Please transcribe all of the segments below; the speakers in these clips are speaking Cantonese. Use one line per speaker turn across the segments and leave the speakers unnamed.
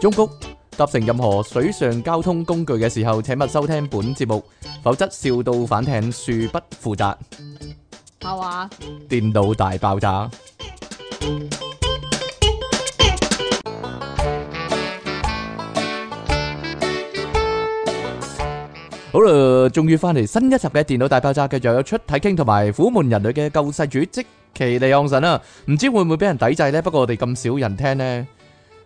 中谷搭乘任何水上交通工具嘅時候，請勿收聽本節目，否則笑到反艇，恕不負責。
系嘛？
電腦大爆炸。好啦，終於翻嚟新一集嘅《電腦大爆炸》，繼續有出體傾同埋虎門人類嘅救世主即其利昂神啦。唔知會唔會俾人抵制呢？不過我哋咁少人聽呢，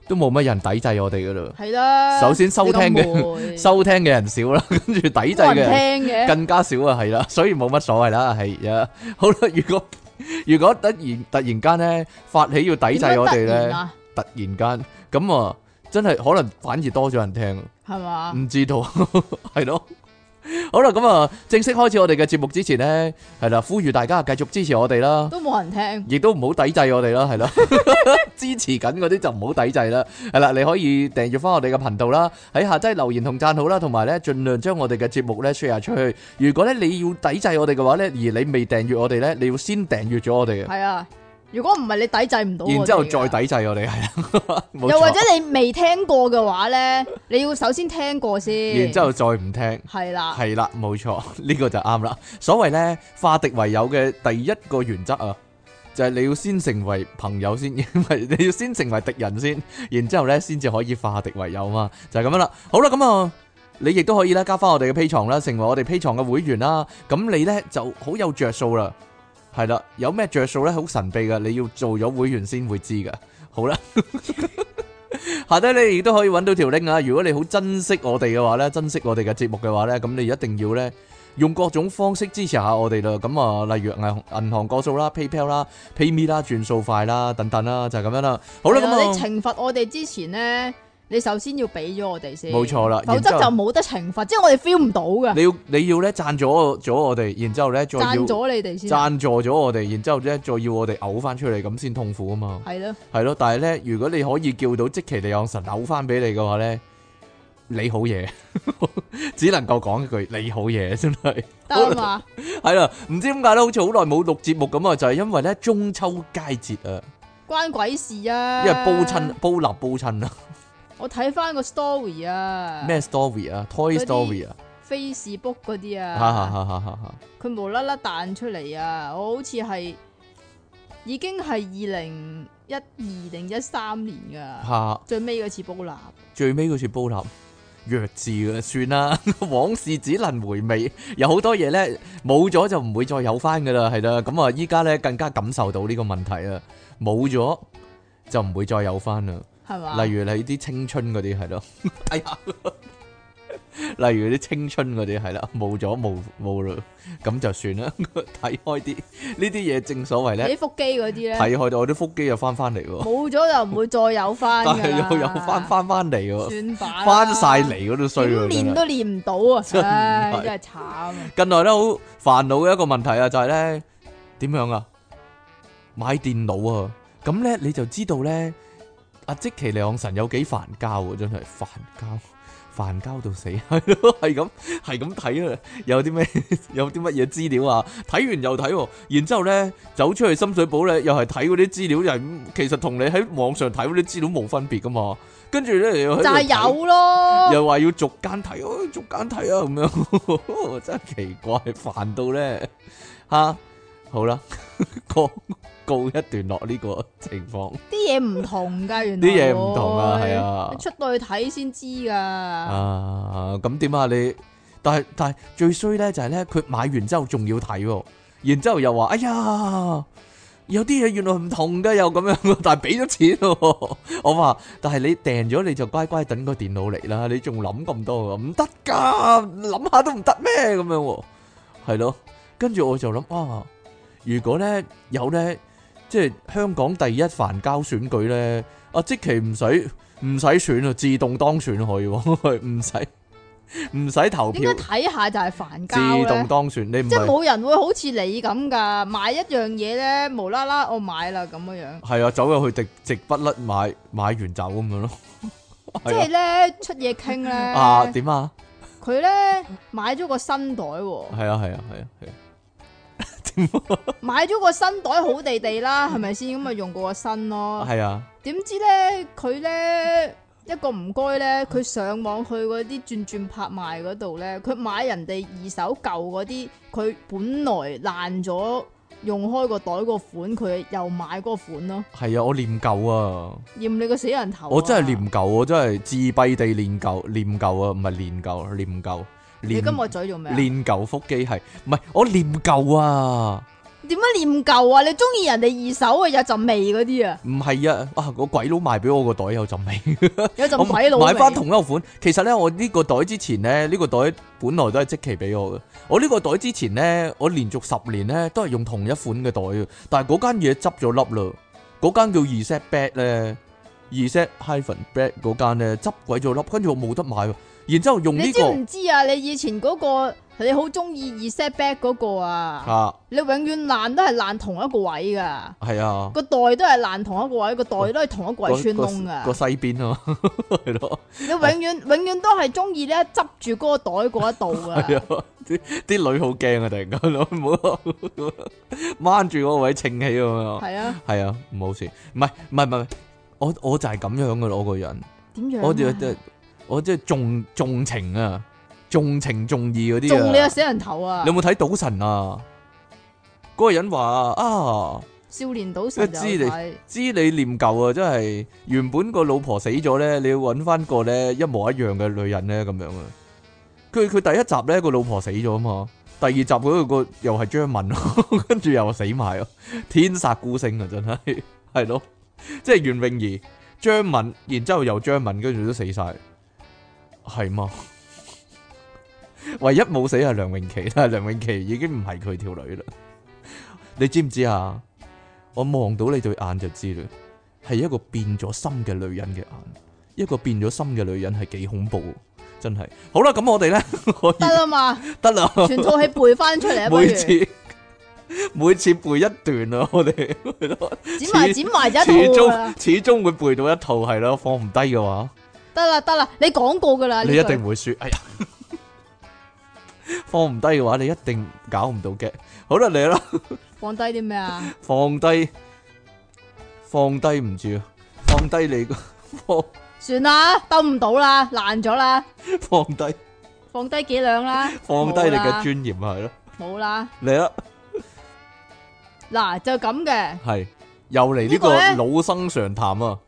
都冇乜人抵制我哋噶啦。
系啦。
首先收聽嘅
嘅
收聽嘅人少啦， 跟住抵制嘅人
听嘅，
更加少啊，係啦， 所以冇乜所謂啦，係啊。 好啦，如果如果突然突然間咧發起要抵制我哋咧，
啊
突然間咁啊，真係可能反而多咗人聽，
系嘛？
唔知道 係咯。好啦，咁啊，正式開始我哋嘅節目之前咧，係啦，呼籲大家繼續支持我哋啦。
都冇人聽，
亦都唔好抵制我哋啦， 係啦，支持緊嗰啲就唔好抵制啦，係啦，你可以訂閱翻我哋嘅頻道啦，喺下低留言同讚好啦，同埋咧盡量將我哋嘅節目咧 share 出去。如果咧你要抵制我哋嘅話咧，而你未訂閱我哋咧，你要先訂閱咗我哋嘅，
係啊。如果唔係你抵制唔到，
嗯
啊
然之後再。抵制我哋，係啦， 冇
又或者
錯。
你未聽過嘅話咧，你要首先聽過先。
然之後再唔聽。
係啦，
係啦，冇錯， 呢、個就啱啦。所謂咧化敵為友嘅第一個原則啊，就係、你要先成為朋友先，因 為你要先成為敵人先，然之後咧先至可以化敵為友嘛，就係、咁樣啦。好啦，咁啊。你亦都可以咧加翻我哋嘅 P 床啦，成為我哋 P 床嘅會員啦。咁你咧就好有着數啦，係啦。有咩着數咧？好神秘噶，你要做咗會員先會知噶。好啦， 下低你亦都可以揾到條 link 啊。如果你好珍惜我哋嘅話咧，珍惜我哋嘅節目嘅話咧，咁你一定要咧用各種方式支持下我哋啦。咁啊，例如銀銀行過數啦、PayPal 啦、PayMe 啦、轉數快啦等等啦，就係、咁樣啦。好啦，
係
咁
啊
啊。
你懲罰我哋之前咧，你首先要俾咗我哋先。
冇錯啦
否
然之
則
後
就冇得懲罰，即係我哋 feel 唔到嘅。
你要你要咧贊助咗我哋，然之後咧再要
贊咗你哋先，
贊助咗我哋，然之後咧再要我哋嘔翻出嚟，咁先痛苦啊嘛。
係咯，
係咯，但係咧，如果你可以叫到即其利昂神嘔翻俾你嘅話咧，你好嘢， 只能夠講一句你好嘢，真係
得啊嘛。
係啦。唔知點解咧，好似好耐冇錄節目咁啊，就係因為咧中秋佳節啊，
關鬼事啊！
因為煲親煲立煲親啊，
我睇翻個 story 啊，
咩 story 啊，Toy
嗰啲
Story 啊，
Facebook 嗰啲
哈哈
啊，
哈哈哈哈，
佢無啦啦彈出嚟啊！我好似係已經係二零一二定一三年噶，
哈。
最尾嗰次煲立，
最尾嗰次煲立弱智嘅，算啦， 往事只能回味，有好多嘢咧冇咗就唔會再有翻噶啦，係啦，咁啊依家咧更加感受到呢個問題啊，冇咗就唔會再有翻啦，
係嘛？
例如你啲青春嗰啲係 咯，哎呀， 例如啲青春嗰啲係啦，冇咗冇冇啦，咁就算啦， 睇開啲呢啲嘢，正所謂
你
咧
啲腹肌嗰啲咧，
睇開到我啲腹肌又翻翻嚟喎，
冇咗就唔會再有 翻
但
㗎啦
係又有翻，翻翻嚟喎。
算吧啦，
翻晒嚟嗰度衰
點
喎，真
練
係
都練唔到啊！
真係
唉，真係慘啊！
近來咧好煩惱嘅一個問題啊，就係咧點樣啊？買電腦啊，咁咧你就知道咧阿即其兩神有幾煩交啊，真係煩交。 煩交到死，係咯，係咁，係咁睇啊！有啲咩， 有啲乜嘢資料啊？睇完又睇喎，然之後咧走出去深水埗咧，又係睇嗰啲資料，又係嗯其實同你喺網上睇嗰啲資料冇分別噶嘛。跟住咧又喺度
就係
睇
有咯，
又話要逐間睇，哦逐間睇啊咁樣， 真係奇怪，煩到咧 吓、啊好啦， 告告一段落呢個情況，
啲嘢唔同㗎，原來
啲嘢唔同啊，係啊
你，出到去睇先知㗎。
啊咁點啊你？但係但係最衰咧就係咧，佢買完之後仲要睇喎，然之後又話哎呀。有啲嘢原來唔同嘅，又咁樣喎， 但係俾咗錢喎。 我話，但係你訂咗你就乖乖等個電腦嚟啦，你仲諗咁多喎，唔得㗎，諗下都唔得咩咁樣喎，係咯。跟住我就諗啊，如果咧有咧，即係香港第一凡交選舉咧，啊即期唔使唔使選啊，自動當選可以喎， 唔使唔使投
應
票
該，睇下就係煩
自
交
動
咧，
當選，你唔
即係
係。
冇人會好似你咁噶，買一樣嘢咧，無啦啦我買啦咁樣樣，
係啊，走入去直直不甩買買完走咁樣咯。
即
係
係
啊
咧出嘢傾
啊，
咧，
點啊？
佢咧買咗個新 袋喎，
係啊，係啊，係啊，係啊。
買咗個新袋好
哦
地地啦，係咪先咁啊用過個新咯？
係啊，
點知咧佢咧一個唔該咧，佢上網去嗰啲轉轉拍賣嗰度咧，佢買人哋二手舊嗰啲，佢本來爛咗用開個袋個款，佢又買嗰個款咯，
係啊，我念舊啊，
驗你個死人頭、啊
我真係，念舊，我真係自閉地念舊，念舊啊，唔係練舊，念舊，
你
念
今日嘴做咩啊？
練舊腹肌係，唔係我念舊啊。
點樣念舊啊？你中意人哋二手啊，有陣味嗰 啲啊，
唔係啊，啊個鬼佬賣俾我個袋有陣味，
有
我
陣鬼佬味。
買翻同一個款。其實咧，我呢個袋之前咧，呢、個袋本來都係即期俾我嘅。我呢個袋之前咧，我連續十年咧都係用同一款嘅袋嘅，但係嗰間嘢執咗笠啦。嗰間叫 e s e t Bag 咧 e s e t Hyphen Bag 嗰間咧執鬼咗笠，跟住我冇得買喎。然之後用呢、
你知
個
唔知啊？你以前嗰、個你好中意二 set back 嗰個啊，
啊，
你永遠爛都係爛同一個位噶。
係啊。
個袋都係爛同一個位，個袋都係同一個位穿窿
個
噶。
西邊啊， 係咯，
你永遠 永遠都係中意咧執住嗰個袋嗰一度
係
噶。
啊，啲啲女好驚啊，突然間咯，唔好掹住嗰個位稱起咁樣。
係啊，
系啊，冇事，唔系唔系唔系，我我就系咁样噶咯，我個人，
點樣啊？
我就就我即系重重情啊，重情重義嗰
中你
啲
個
啊。
死人頭啊
你！有冇睇賭神啊？嗰、個人話啊，
少年賭神就
一知
有睇
知你念舊啊，真係原本個老婆死咗咧，你要揾翻個咧一模一樣嘅女人咧咁樣啊。佢佢第一集咧個老婆死咗啊嘛，第二集嗰個又係張文咯， 跟住又死埋咯，天煞孤星啊，真係 係咯，即係袁詠儀、張敏，然之後又張敏，跟住都死晒，係嘛？唯一冇死係梁詠琪啦，但係梁詠琪已經唔係佢條女啦。你知唔知啊？我望到你對眼就知啦，係一個變咗心嘅女人嘅眼，一個變咗心嘅女人係幾恐怖，真係。好啦，咁我哋咧可以
得啦嘛，
得啦，
全套戲背翻出嚟啊！不如
每次 每次背一段啊，我哋係咯
剪埋剪埋就
始
一套㗎啦
終，始終會背到一套係咯，放唔低嘅話，
得啦得啦，你講過噶啦，呢
你
句
一定會輸。哎呀， 放唔低嘅話，你一定搞唔到嘅。好啦，嚟啦，
放低啲咩啊？
放低，放低唔住，放低你個 放
算啦，兜唔到啦，爛咗啦，
放低
放低幾兩啦，
放低你
冇啦
嘅尊嚴係咯，
冇啦。
嚟啦，
嗱就咁嘅，
係又嚟呢
呢個咧
個老生常談啊！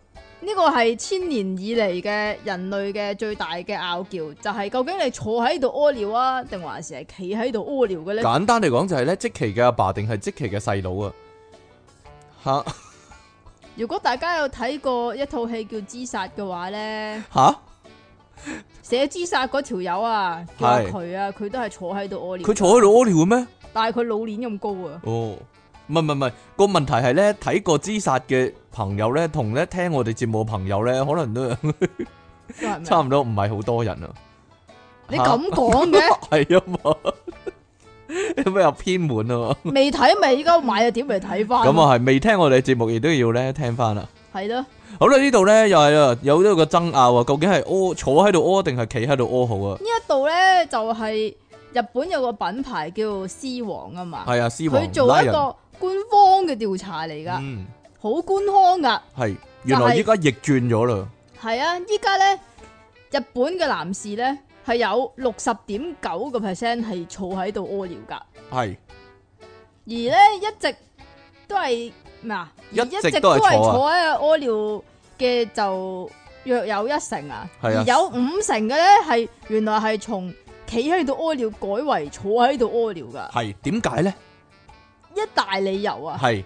呢個係千年以嚟嘅人類嘅最大嘅拗撬，就係、究竟你坐喺度屙尿啊，定還是係企喺度屙尿嘅咧？
簡單嚟講就係咧，即期嘅阿爸定係即期嘅細佬啊？吓
如果大家有睇過一套戲叫《自殺》嘅話咧，
吓，
寫《自殺》嗰條友啊，叫阿佢啊，佢都係坐喺度屙尿，
佢坐喺度屙尿嘅咩？
但係佢老臉咁高啊，
哦，唔係唔係唔係，個問題係咧，睇過《知殺》嘅朋友咧，同咧聽我哋節目嘅朋友咧，可能都
都係咪
差
啊？
唔多唔係好多人啊。
你咁講嘅，
嚇係啊嘛， 有咩又偏門啊嘛？
未睇咪依家買啊碟嚟睇翻，
咁，啊係，未聽我哋節目亦都要咧聽啊翻啦。
係咯，
好啦，呢度咧又係啊，有呢個爭拗啊，究竟係屙坐喺度屙定係企喺度屙好啊？
呢一度咧就係、日本有個品牌叫獅王啊嘛，
係啊，斯
佢
王
做
拉
一
人，
個官方嘅調查嚟㗎。
嗯，
好官腔噶，
係原來依家逆轉咗啦，
係啊！依家咧，日本嘅男士咧係有六十點九個 percent 係坐喺度屙尿噶，
係
而咧一直都係咩啊？而
一直
直
都
都
係
係
坐
坐喺度屙尿嘅就約有一成啊，
係啊
而有五成嘅咧係原來係從企喺度屙尿改為坐喺度屙尿噶，
係點解咧？
一大理 由啊，
係。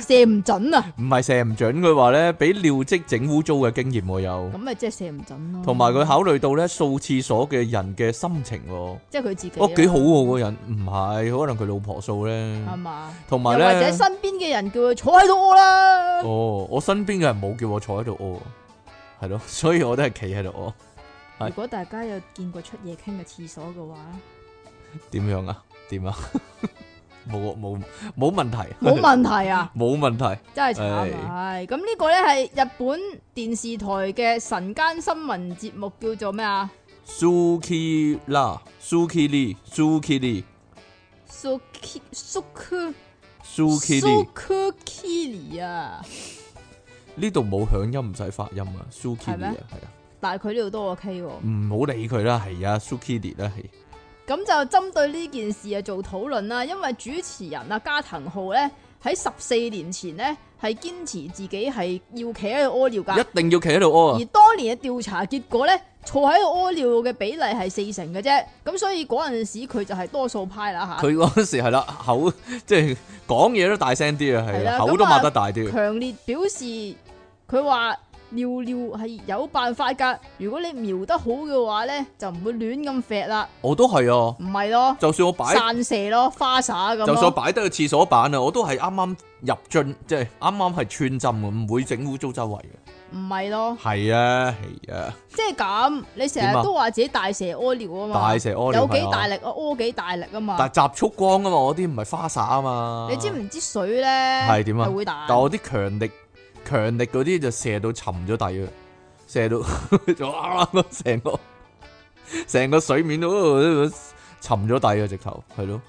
射唔準啊，
唔係射唔準，佢話咧俾尿跡整污糟嘅經驗我有
咁，咪即係射唔準咯。
同埋佢考慮到咧掃廁所嘅人嘅心情喎，哦
即係佢自己
幾好
啊
喎個人，唔係可能佢老婆掃
係
咧，
嘛？
同
又
埋
或者
咧，
身邊嘅人叫佢坐喺度屙啦，
哦，我身邊嘅人冇叫我坐喺度屙，係咯，所以我都係企喺度屙，係
如果大家有見過出夜傾嘅廁所嘅 話，
點樣啊？點啊？ 冇啊冇冇問題，，
冇問題啊
冇問題，
真係慘啊！唉咁呢個呢係日本電視台嘅晨間新聞節目，叫做咩啊
Suki 啦，Suki Lee，Suki
？Suki Suku
Lee，Suki Lee。
Suku Kili 啊，
呢度冇響音，唔使發音啊。Suki
咩
啊，係啊，
但係佢呢度都 OK 喎。
唔好理佢啦，係啊，Suki 啦，係
咁就針對呢件事啊做討論啦，因為主持人啊加藤浩咧喺十四年前咧係堅持自己係要企喺度屙尿㗎，
一定啊要企喺度哦屙
而當年嘅調查結果咧，坐喺度屙尿嘅比例係四成嘅啫，咁所以嗰陣時佢就係多數派啦
啊！
吓。
佢嗰陣時係啦，口 即係講嘢都大聲啲啊，
係
係
啦
啊，
咁
口都
啊
擘得大啲啊。
強烈表示佢話尿尿係有辦法㗎，如果你瞄得好嘅話咧，就唔會亂咁揈啦，
我都係啊，
唔係咯，
就算我擺。
散射咯，花灑咁
就算
咯。
擺低個廁所板啊，我都係啱啱入樽，即係啱啱係穿針嘅，唔會整污糟周圍啊嘅。
唔係咯，
係啊，係啊，
即係咁，你成日
點啊
都話自己大蛇屙尿啊嘛，
大蛇屙尿
有
係
幾
啊
大力啊，屙幾大力啊嘛
但。係集束光啊嘛，我啲唔係花灑啊嘛。
你知唔知水咧
係點啊
會大，
但我啲強力強力嗰啲就射到沉咗底啊，射到 哇成個成個水面都沉咗底啊，直頭係咯。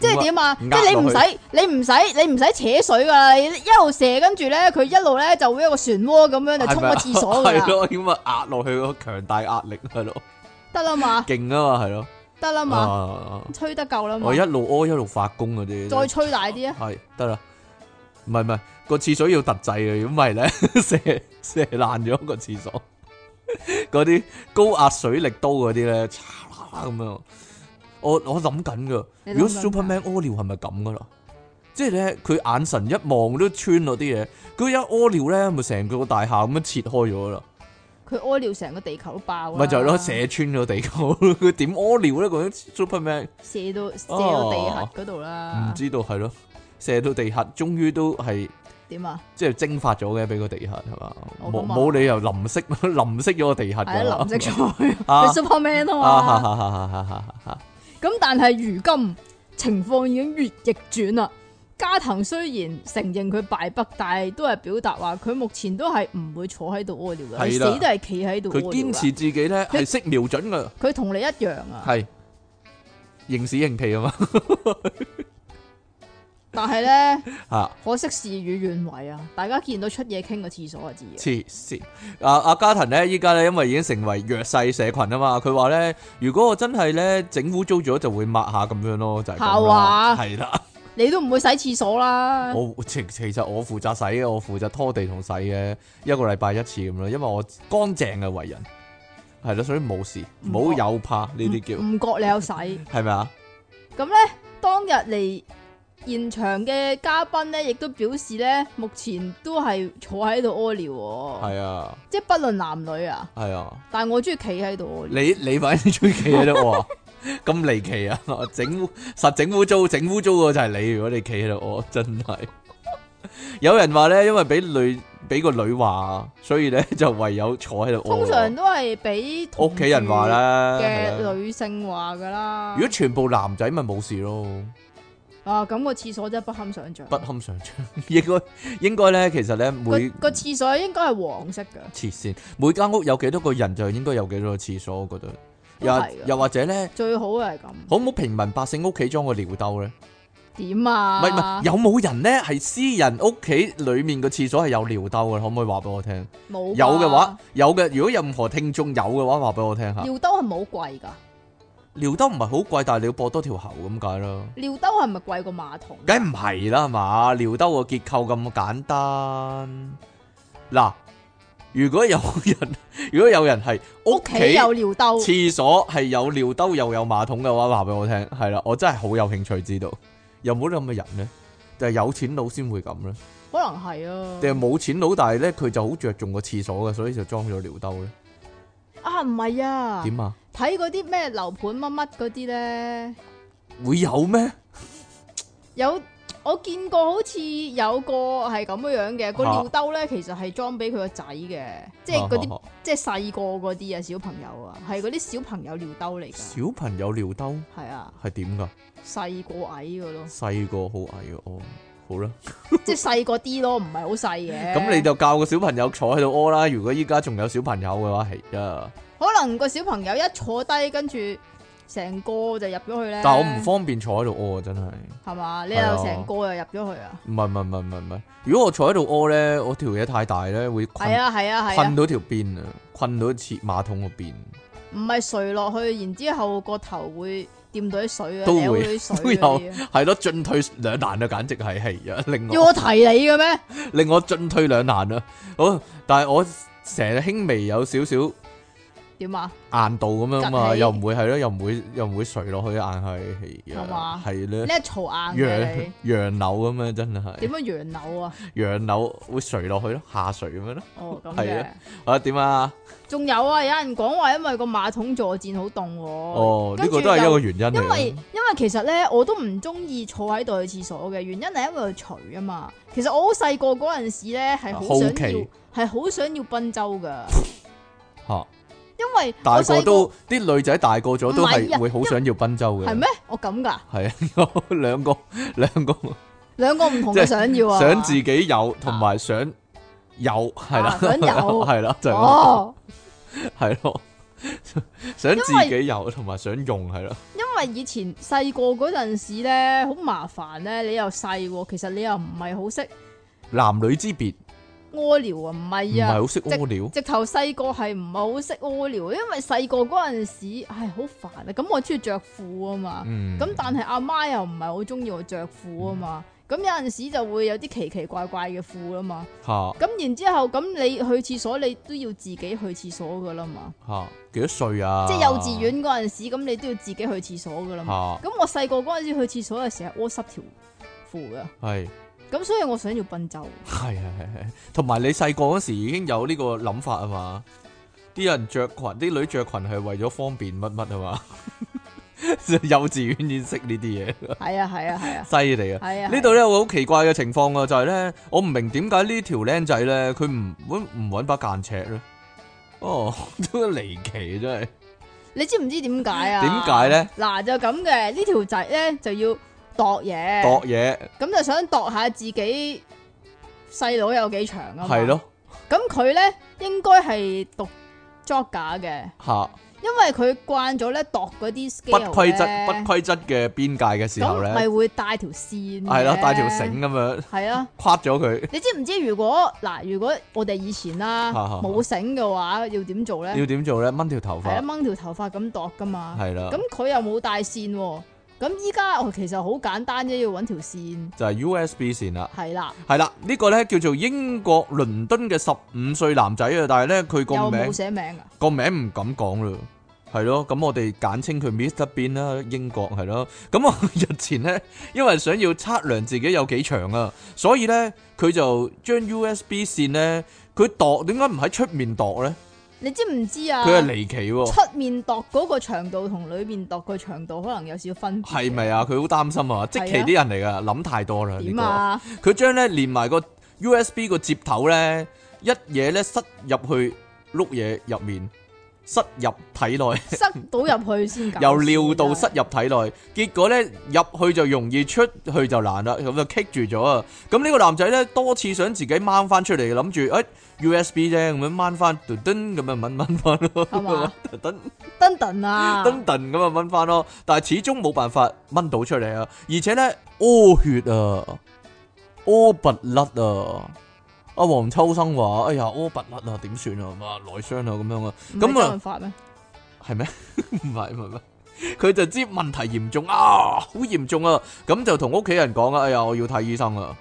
即係點啊？即
壓
係你唔
落去
使你唔使你唔使扯水噶啦，你一路射跟住咧，佢一路咧就會有一個漩渦咁樣就
係咪
衝個
啊？
廁所噶啦
係，咯，咁啊壓落去個強大壓力係咯，
得啦嘛，
勁啊嘛係咯。
得啦
啊
嘛，
啊啊
吹得夠啦嘛
我一，路屙一路發功嗰啲，
再吹大啲啊！
係得啦。唔係唔係，個廁所要特製嘅，如果唔係咧 射射爛咗個廁所。 嗰啲高壓水力刀嗰啲咧，嚓啦咁樣。我我諗緊噶，
你諗緊㗎
如果 Superman 屙尿係咪咁噶啦？即係咧，佢眼神一望都穿嗰啲嘢，佢一屙尿咧，咪成個大廈咁樣切開咗啦。
佢屙尿成個地球都爆啦，
咪就係咯，射穿咗地球。 佢點屙尿咧？嗰啲 Superman。
射到射到地核嗰度
哦唔
啦，
知道係咯，射到地下，終於都係
點啊？
即係蒸發咗嘅，俾個地下係嘛，
哦
冇
咁啊
冇理由淋熄 淋熄咗個地下
係
㗎
啊，
嘛
藍色菜，
啊
佢 Superman
啊
啊
哈哈
嘛。
哈哈哈哈哈
咁但係如今情況已經越逆轉啦。加藤雖然承認佢敗北，但係都係表達話佢目前都係唔會坐喺度屙尿嘅，
係
你死
啦
都係企喺度
佢
屙尿
堅
㗎
持自己 咧
佢
係識瞄準㗎，
佢同你一樣啊，
係認屎認屁啊嘛
但係咧
嚇
可惜事與願違啊！大家見到出嘢傾個廁所就知啊嘅，
黐線！阿阿嘉騰咧，依家咧因為已經成為弱勢社群啊嘛，佢話咧如果我真係咧整污糟咗就會抹下咁樣咯，就係咁啦，
下話
係啦。
你都唔會洗廁所啦。
我其其實我負責洗嘅，我負責拖地同洗嘅，一個禮拜一次咁咯，因為我乾淨嘅為人，係咯，所以冇事，
唔嗯
冇
覺
有怕呢啲叫
唔唔覺你有洗。
係咪啊？
咁咧，當日嚟現場嘅嘉賓咧，亦都表示咧，目前都係坐喺度屙尿喎，
係啊，
即係不論男女啊。
係啊，
但係我中意企喺度屙尿。
你你反正最企喺度喎， 咁離奇啊！整污實整污糟，整污糟嘅就係你。如果你企喺度，我真係有人話咧，因為俾女俾個女話，所以咧 就唯有坐喺度
通
屙。
常都係俾同
哦屋企人話啦，
住
係
嘅
啦
女性話噶啦。
如果全部男仔咪冇事咯。
啊，咁個廁所真係不堪想象。
不堪想象， 應該應該咧，其實咧每
個個廁所應該係黃色嘅，
切線每間屋有幾多個人就應該有幾多個廁所，我覺得。
都
又
係㗎
又或者咧，
最好係咁。
可唔可以平民百姓屋企裝個尿兜咧？
點
唔係唔係，
啊？
有冇人咧係私人屋企裡面個廁所係有尿兜嘅？可唔可以話俾我聽？
冇
有嘅
吧
話，，啊有嘅。如果任何聽眾有嘅話，話俾我聽嚇。
尿兜係冇貴㗎。
尿兜唔係好貴，但係你要駁多條喉咁解啦。
尿兜係咪貴過馬桶？
梗唔係啦，係嘛？尿兜個結構咁簡單。嗱，如果有人， 如果有人係
屋企有尿兜，
廁所係有尿兜又有馬桶嘅話，話俾我聽，係啦，我真係好有興趣知道，有冇啲咁嘅人呢？就係有錢佬先會咁呢？
可能係啊。
定係冇錢佬，但係呢，佢就好着重個廁所嘅，所以就裝咗尿兜呢？
啊，唔係啊，
點啊？
睇嗰啲咩樓盤乜乜嗰啲咧，
會有咩？
有我見過好似有個係咁樣樣嘅，個
啊
尿兜咧其實係裝俾佢個仔嘅，即係嗰
啊
啲即係細個嗰啲啊，小朋友啊，係嗰啲小朋友尿兜嚟㗎，
小朋友尿兜
係啊，
係點㗎？，
細個矮嘅咯
細個好矮嘅哦，好啦。
即係細個啲咯，唔係好細嘅。
咁你就教個小朋友坐喺度屙啦。如果依家仲有小朋友嘅話，係啊，
可能個小朋友一坐低，跟住成個就入咗去咧。
但我唔方便坐喺度屙啊，真係。
係嘛？你
係啊
又成個又入咗去啊？
唔係唔係唔係唔係唔係，如果我坐喺度屙咧，我條嘢太大咧，會困
係啊係啊係
困
啊，
到條邊啊，困到切馬桶個邊，
唔係垂落去，然之後個頭會掂到啲水啊，
都會
撩到 啲水
都有
嗰啲啊
係咯，進退兩難啊，簡直係係啊， 令
要我
我
提你嘅咩？
令我進退兩難啊！好，但係我成日輕微有少少
點啊？
硬度咁樣嘛，
趌起
又唔會係咯，又唔會又唔會垂落去，硬係係
係
啊
嘛，
係
你
咧，
係嘈硬嘅
楊
你。
楊柳咁樣真係，
點樣楊柳啊？
楊柳會垂落去咯，下垂咁樣咯，
哦，咁
係
嘅
啊。啊點啊？
仲有啊，有人講話因為個馬桶坐墊好凍喎。
哦，呢
跟住
個都係一
又
個原因嚟
因為
嘅
因。為其實咧，我都唔中意坐喺度去廁所嘅原因係因為佢除啊嘛。其實我好細個嗰陣時咧，係好想
啊好奇
要係好想要賓 州噶，
吓，
因為
大
我
個
細
都啲女仔大個咗都
唔係
係
啊
會好想要賓州嘅。
係？咩？我咁噶，
係啊， 兩個兩個
兩個唔同嘅想要啊，
想自己有，同埋想有係啦
啊，想 有
係啦，就係咯
哦，
係咯， 想自己有同埋想用係啦，
因為以前細個嗰陣時咧，好麻煩咧，你又細喎，其實你又唔係好識
男女之別
屙尿啊，唔
唔
係
係
啊。
好識屙尿，
直頭細個係唔係好識屙尿，因為細個嗰陣時，唉好煩啊！咁我中意着褲啊嘛，
嗯，
咁、但係阿媽又唔係好中意我着褲啊嘛，咁有陣時就會有啲奇奇怪怪嘅褲啊嘛，
吓
咁然之後咁你去廁所你都要自己去廁所噶啦嘛，
吓幾多歲啊？
即係幼稚園嗰陣時咁你都要自己去廁所噶啦嘛，
吓
咁我細個嗰陣時去廁所係成日屙濕條褲噶，
係
咁所以我想要 賓州，
係係係係，同埋你細個嗰時已經有呢個諗法啊嘛，啲人着裙，啲女着裙係為咗方便乜乜啊嘛， 幼稚園已經識呢啲嘢，
係啊係啊係啊
犀利啊！
係啊，
呢度咧有個好奇怪嘅情況啊，就係咧，我唔明點解呢條僆仔咧，佢唔揾唔揾把間尺咧？哦， 都離奇真係，
你知唔知點解啊？
點解咧？
嗱就咁嘅，呢條仔咧就要度嘢，
度嘢
咁就想度下自己細佬有幾長啊嘛。
係，咯
咁佢咧應該係讀 jogger 嘅，
吓，
因為佢慣咗咧度嗰啲
不
scale
規則
咧
不規則嘅邊界嘅時候
咁咪
咧，
會帶條線嘅，
係啦，帶條繩咁樣
係啊。
跨咗佢，
你知唔知如果嗱，如果我哋以前啦冇繩嘅話，要點做咧？
要點做咧？掹條頭
係啊，
髮
掹條頭髮咁度噶嘛。
係啊啦
咁，佢又冇帶線喎。咁依家哦，其實好簡單啫，要揾條線。
就係 USB 線啦。
係啦，
係啦，呢個咧叫做英國倫敦嘅十五歲男仔啊，但係咧佢
又
個名
冇。寫名啊？
個名唔敢講啦，係咯，咁我哋簡稱佢 Mr Bean 啦，英國係咯。咁我 日前呢，因為想要測量自己有幾長啊，所以呢，佢就將 USB 線呢，佢度點解唔喺出面度呢？
你知唔知啊？
佢係離奇喎，
出面度嗰個長度同裏面度個長度可能有少少分別。
係咪啊？佢好擔心啊，即
係啊
其啲人嚟噶，諗太多啦呢
點
個。
啊？
佢將呢連埋個 USB 個接頭呢，一嘢呢塞入去碌嘢入面，塞入體內。
塞到入去先 搞笑。啊
由尿道塞
真係
入體內，結果呢，入去就容易，出去就難啦，咁就棘住咗啊！咁呢個男仔呢，多次想自己掹翻出嚟，諗住誒 USB 啫，咁樣掹翻，噔噔咁樣掹掹翻咯，
係 嘛
噔噔
登頓啊！
噔噔咁樣掹翻咯，但係始終冇辦法掹到出嚟啊！而且呢，屙血啊，屙拔甩啊！阿黃秋生話：哎呀，屙拔甩啊，點算啊？哇，內傷啊，咁樣啊！
唔係
咁啊
周潤發咩？
系咩？ 唔係唔係咩？佢就知問題嚴重啊，好嚴重啊！咁就同屋企人講啊，哎呀，我要睇醫生啊！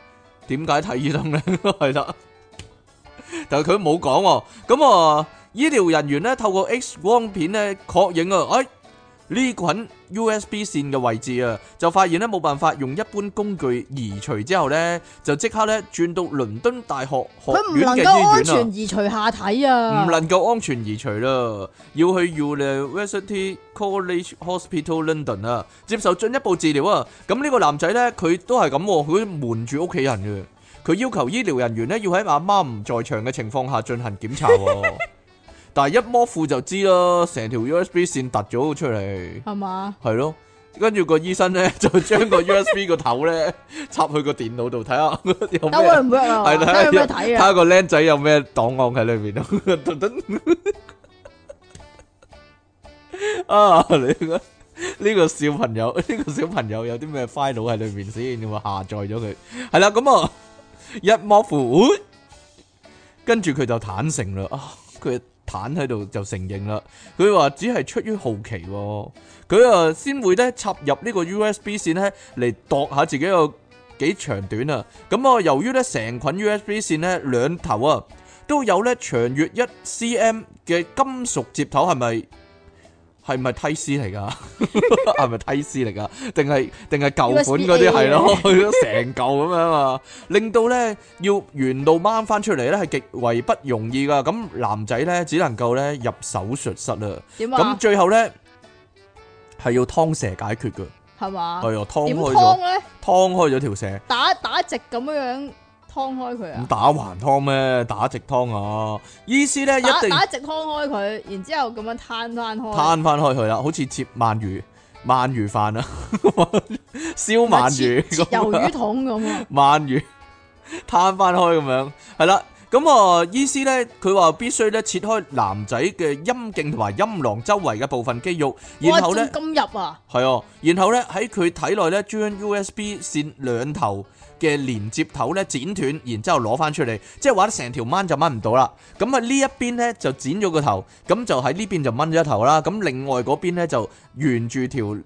點解睇醫生咧？ 係啦，但係佢冇講喎。咁啊，醫療人員咧透過 X 光片咧確認啊，哎呢捆 USB 線嘅位置啊，就發現咧冇辦法用一般工具移除之後咧，就即刻咧轉到倫敦大學學
佢唔
院
能
嘅哦醫
夠安
院啊
全。移除下體啊！
唔能夠安全移除啦，要去 University E College Hospital London 啊，接受進一步治療啊。咁呢個男仔呢，佢都係咁喎，佢瞞住屋企人嘅，佢要求醫療人員呢，要喺阿媽唔在場嘅情況下進行檢查喎。但係一摸褲就知啦，成條 USB 線突咗出嚟，
係嘛？
係咯。跟住個醫生呢，就將個 USB 個頭呢插去個電腦度睇下有
但
咩。
會唔會啊？
係啦
睇有咩
睇
睇啊？
下個僆仔有咩檔案喺裏面咯。 噔噔啊，你個呢個小朋友，呢個小朋友有啲咩 file 喺裏面先，咁啊下載咗佢，係啦，咁啊一摸符，哦跟住佢就坦誠啦，啊，佢坦喺度就承認啦，佢話只係出於好奇、喎，佢啊先會咧插入呢個 USB 線咧嚟度下自己個幾長短啊，咁啊由於咧成捆 USB 線咧兩頭啊都有咧長約一 cm 嘅金屬接頭，係咪？系咪梯絲嚟噶？ 係咪梯絲嚟噶？定係定係舊款嗰啲
USB-A
係咯， 去咗成嚿咁樣啊！令到咧要沿路掹翻出嚟咧係極為不容易噶。咁男仔咧只能夠咧入手術室啦。
點
咁
啊？
最後咧係要劏蛇解決噶，
係嘛？
係啊，劏
點
開
劏
咗，
咧？
劏開咗條蛇。
打打直咁樣樣劏開
咁
佢啊？
打橫劏咩？打直劏啊！醫師咧一
打
定
打直劏開佢，然之後咁樣攤攤開，
攤翻開佢啦，好似切鰻魚、鰻魚飯啊， 燒
唔係
鰻
切
魚
切魷
咁啊
魚筒咁啊！
鰻魚攤翻開咁樣，係啦。咁啊，醫師咧，佢話必須咧切開男仔嘅陰莖同埋陰囊周圍嘅部分肌肉， 然後咧
哇仲咁入啊！
係哦，然後咧喺佢體內咧將 USB 線兩頭嘅連接頭咧剪斷，然之後攞翻出嚟，即係話咧成條掹就掹唔到啦。咁啊呢一邊咧就剪咗個頭，咁就喺呢邊就掹咗一頭啦。咁另外嗰邊咧就沿住條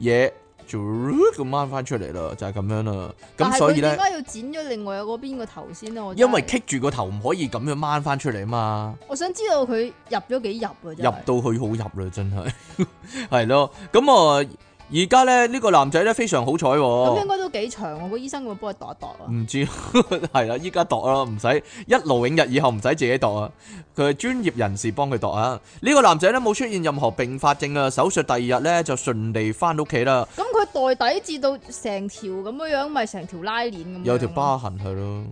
嘢就咁掹翻出嚟啦，就係、咁樣啦。
但
咁
係
所
佢
以
點
咧，
解要剪咗另外嗰邊個頭先啊咧？我真係
因為棘住個頭唔可以咁樣掹翻出嚟嘛。
我想知道佢入咗幾入啊！真
入
係
到去好入啦，真係 係咯。咁啊，而家咧呢個男仔咧非常好彩喎。
咁應該都幾長喎，個醫生會幫佢度一度啊！
唔知 係啦，依家度啦，唔使一勞永逸，以後唔使自己度啊。佢係專業人士幫佢度啊。呢、個男仔呢，冇出現任何併發症啊，手術第二日呢，就順利翻屋企啦，
咁佢袋底至到成條咁樣樣，咪成條拉鏈咁樣。
有條疤痕係咯，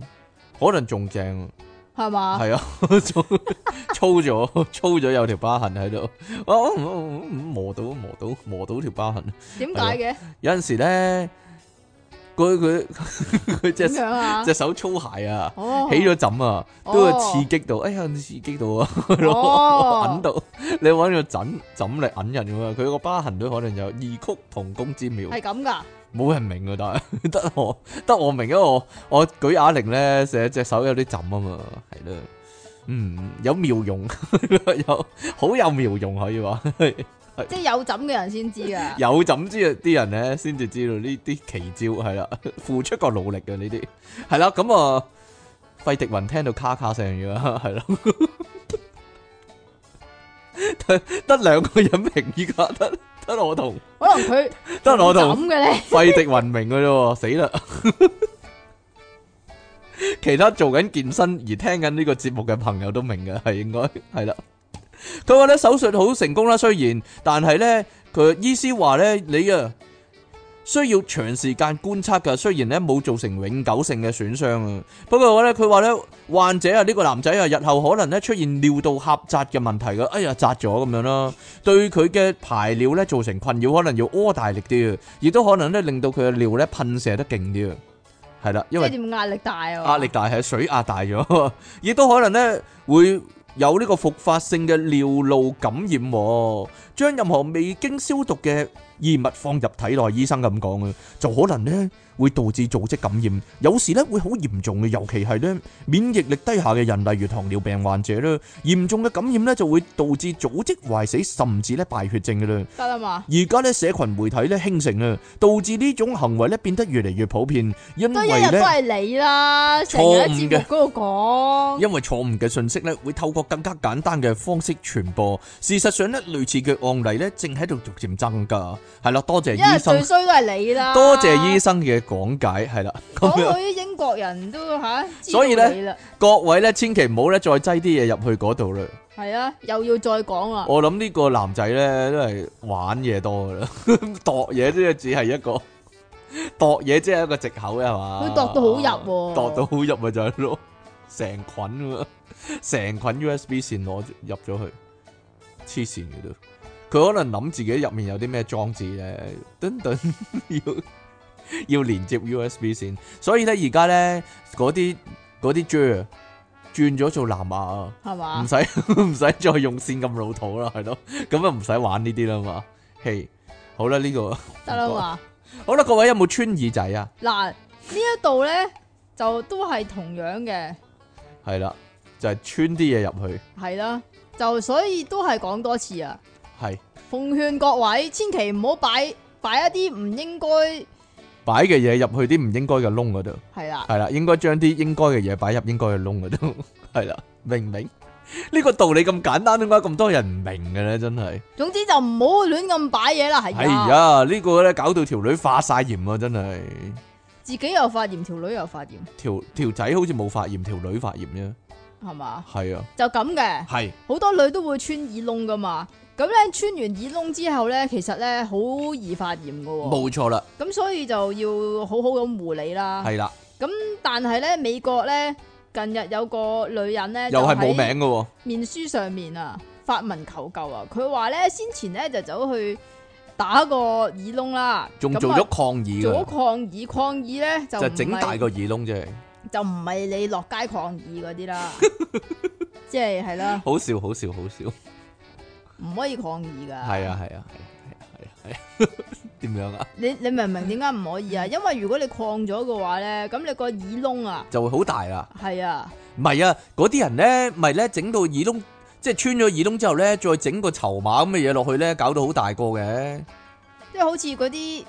可能仲正啊。
係嘛？
系啊， 粗粗咗，粗咗有條疤痕喺度，哦嗯嗯嗯磨到磨到磨到條疤痕。
點解嘅？
有阵时咧，佢佢 佢
點
隻
樣啊？
隻手粗鞋啊，
哦，
起咗枕啊，都會刺激到，哎呀刺激到啊，
哦
揞到 你揾個枕枕嚟揞人咁啊，佢個疤痕都可能有異曲同工之妙，
係咁㗎。
冇人明啊，但係 得我得我明啊，我我舉啞鈴咧，成隻手有啲枕啊嘛，係啦，嗯，有妙用， 有好有妙用可以話，
即係有枕嘅人先知 啊！
有枕之啲人咧先至知道呢啲奇招係啦，付出過努力嘅呢啲係啦，咁啊，費迪雲聽到咔咔聲嘅係咯。 得得兩個人明依家得得我同
可能佢
得我同
咁嘅咧，
費迪雲明嘅啫喎，死啦！其他做緊健身而聽緊呢個節目嘅朋友都明嘅，係應該係啦。佢話咧手術好成功啦，雖然，但係咧佢醫師話咧你啊需要長時間觀察㗎，雖然咧冇造成永久性嘅損傷啊。不過咧佢話咧患者啊呢個男仔啊日後可能咧出現尿道狹窄嘅問題㗎，哎呀窄咗咁樣啦，對佢嘅排尿咧造成困擾，可能要屙大力啲啊，亦都可能咧令到佢嘅尿咧噴射得勁啲啊。係啦，
即
因為
係。點壓力大啊？
壓力大係水壓大咗， 亦都可能咧會有呢個復發性嘅尿路感染喎，將任何未經消毒嘅異物放入體內，醫生咁講嘅，就可能咧會導致組織感染，有時咧會好嚴重嘅，尤其係咧免疫力低下嘅人，例如糖尿病患者啦，嚴重嘅感染咧就會導致組織壞死，甚至咧敗血症嘅啦。
得啦嘛，而
而家咧社群媒體咧興盛啦，導致呢種行為咧變得越嚟越普遍，因
都一
為
日都
咧。
係你啦，成日喺
錯
節
誤嘅
目嗰度講。
因為錯誤嘅信息咧，會透過更加簡單嘅方式傳播。事實上咧，類似嘅案例咧，正喺度逐漸增加。係啦，多謝
因為
醫
最啊
生，
衰都係你啦，
多謝醫生嘅講解，係啦。咁
講
樣
到啲英國人都吓，知道
所以呢
你啦，
各位咧，千祈唔好咧再擠啲嘢入去嗰度啦。
係啊，又要再講啊，
我諗呢個男仔咧都係玩嘢多噶啦， 度嘢即係只係一個度嘢，即係一個藉口嘅啊係嘛？
佢度到好入喎
度到好入咪就係咯，成捆咁啊，成捆 USB 線攞入咗去，黐線嘅都。佢可能諗自己入面有啲咩裝置咧，等等 要要連接 USB 線，所以咧而家咧嗰啲嗰啲 j 轉咗做藍牙啊。
係
唔
嘛？
使 唔使再用線咁老土啦，係咯，咁啊唔使玩呢啲啦嘛，係好啦，呢個
得啦嘛。
好啦，各位有冇穿耳仔啊？
嗱，呢一度咧就都係同樣嘅，
係啦，就係穿啲嘢入去，
係啦，就所以都係講多次啊。
係
奉勸各位千祈唔好擺擺一啲唔應該
擺嘅嘢入去啲唔應該嘅窿嗰度。
係啦，
係啦，應該將啲應該嘅嘢擺入應該嘅窿嗰度， 係啦，明唔明？呢個道理咁簡單，點解咁多人唔明嘅咧？真係，
總之就唔好亂咁擺嘢啦，係
哎
啊，
呀，呢個咧搞到條女發晒炎啊！真係，
自己又發炎，條女又發炎，
條條仔好似冇發炎，條女發炎啫，
係嘛？
係啊，
就咁嘅。
係
好多女都會穿耳窿噶嘛。咁咧穿完耳窿之後咧，其實咧好易發炎噶、喎。
冇錯啦，
咁所以就要好好咁護理啦。
係啦，
但係咧美國咧近日有個女人咧
又係冇
就喺
名嘅喎，
面書上面啊發文求救啊，佢話咧先前咧就走去打個耳窿啦，
仲
咁
做
啊
咗抗議
做
嘅，
咗抗議，抗議咧就
就
唔
整大
係
個耳窿啫，
就唔係你落街抗議嗰 啲啦，即係係啦，
好笑好笑好笑，
唔可以抗議噶。
係啊係啊係啊係啊係啊係啊，點樣啊？
你你明唔明點解唔可以啊？因為如果你擴咗嘅話咧，咁你個耳窿啊，
就會好大啦。
係啊，
唔係啊，嗰啲人咧，咪咧整到耳窿，即係穿咗耳窿之後咧，再整個籌碼咁嘅嘢落去咧，搞到好大個嘅，
即係好似嗰啲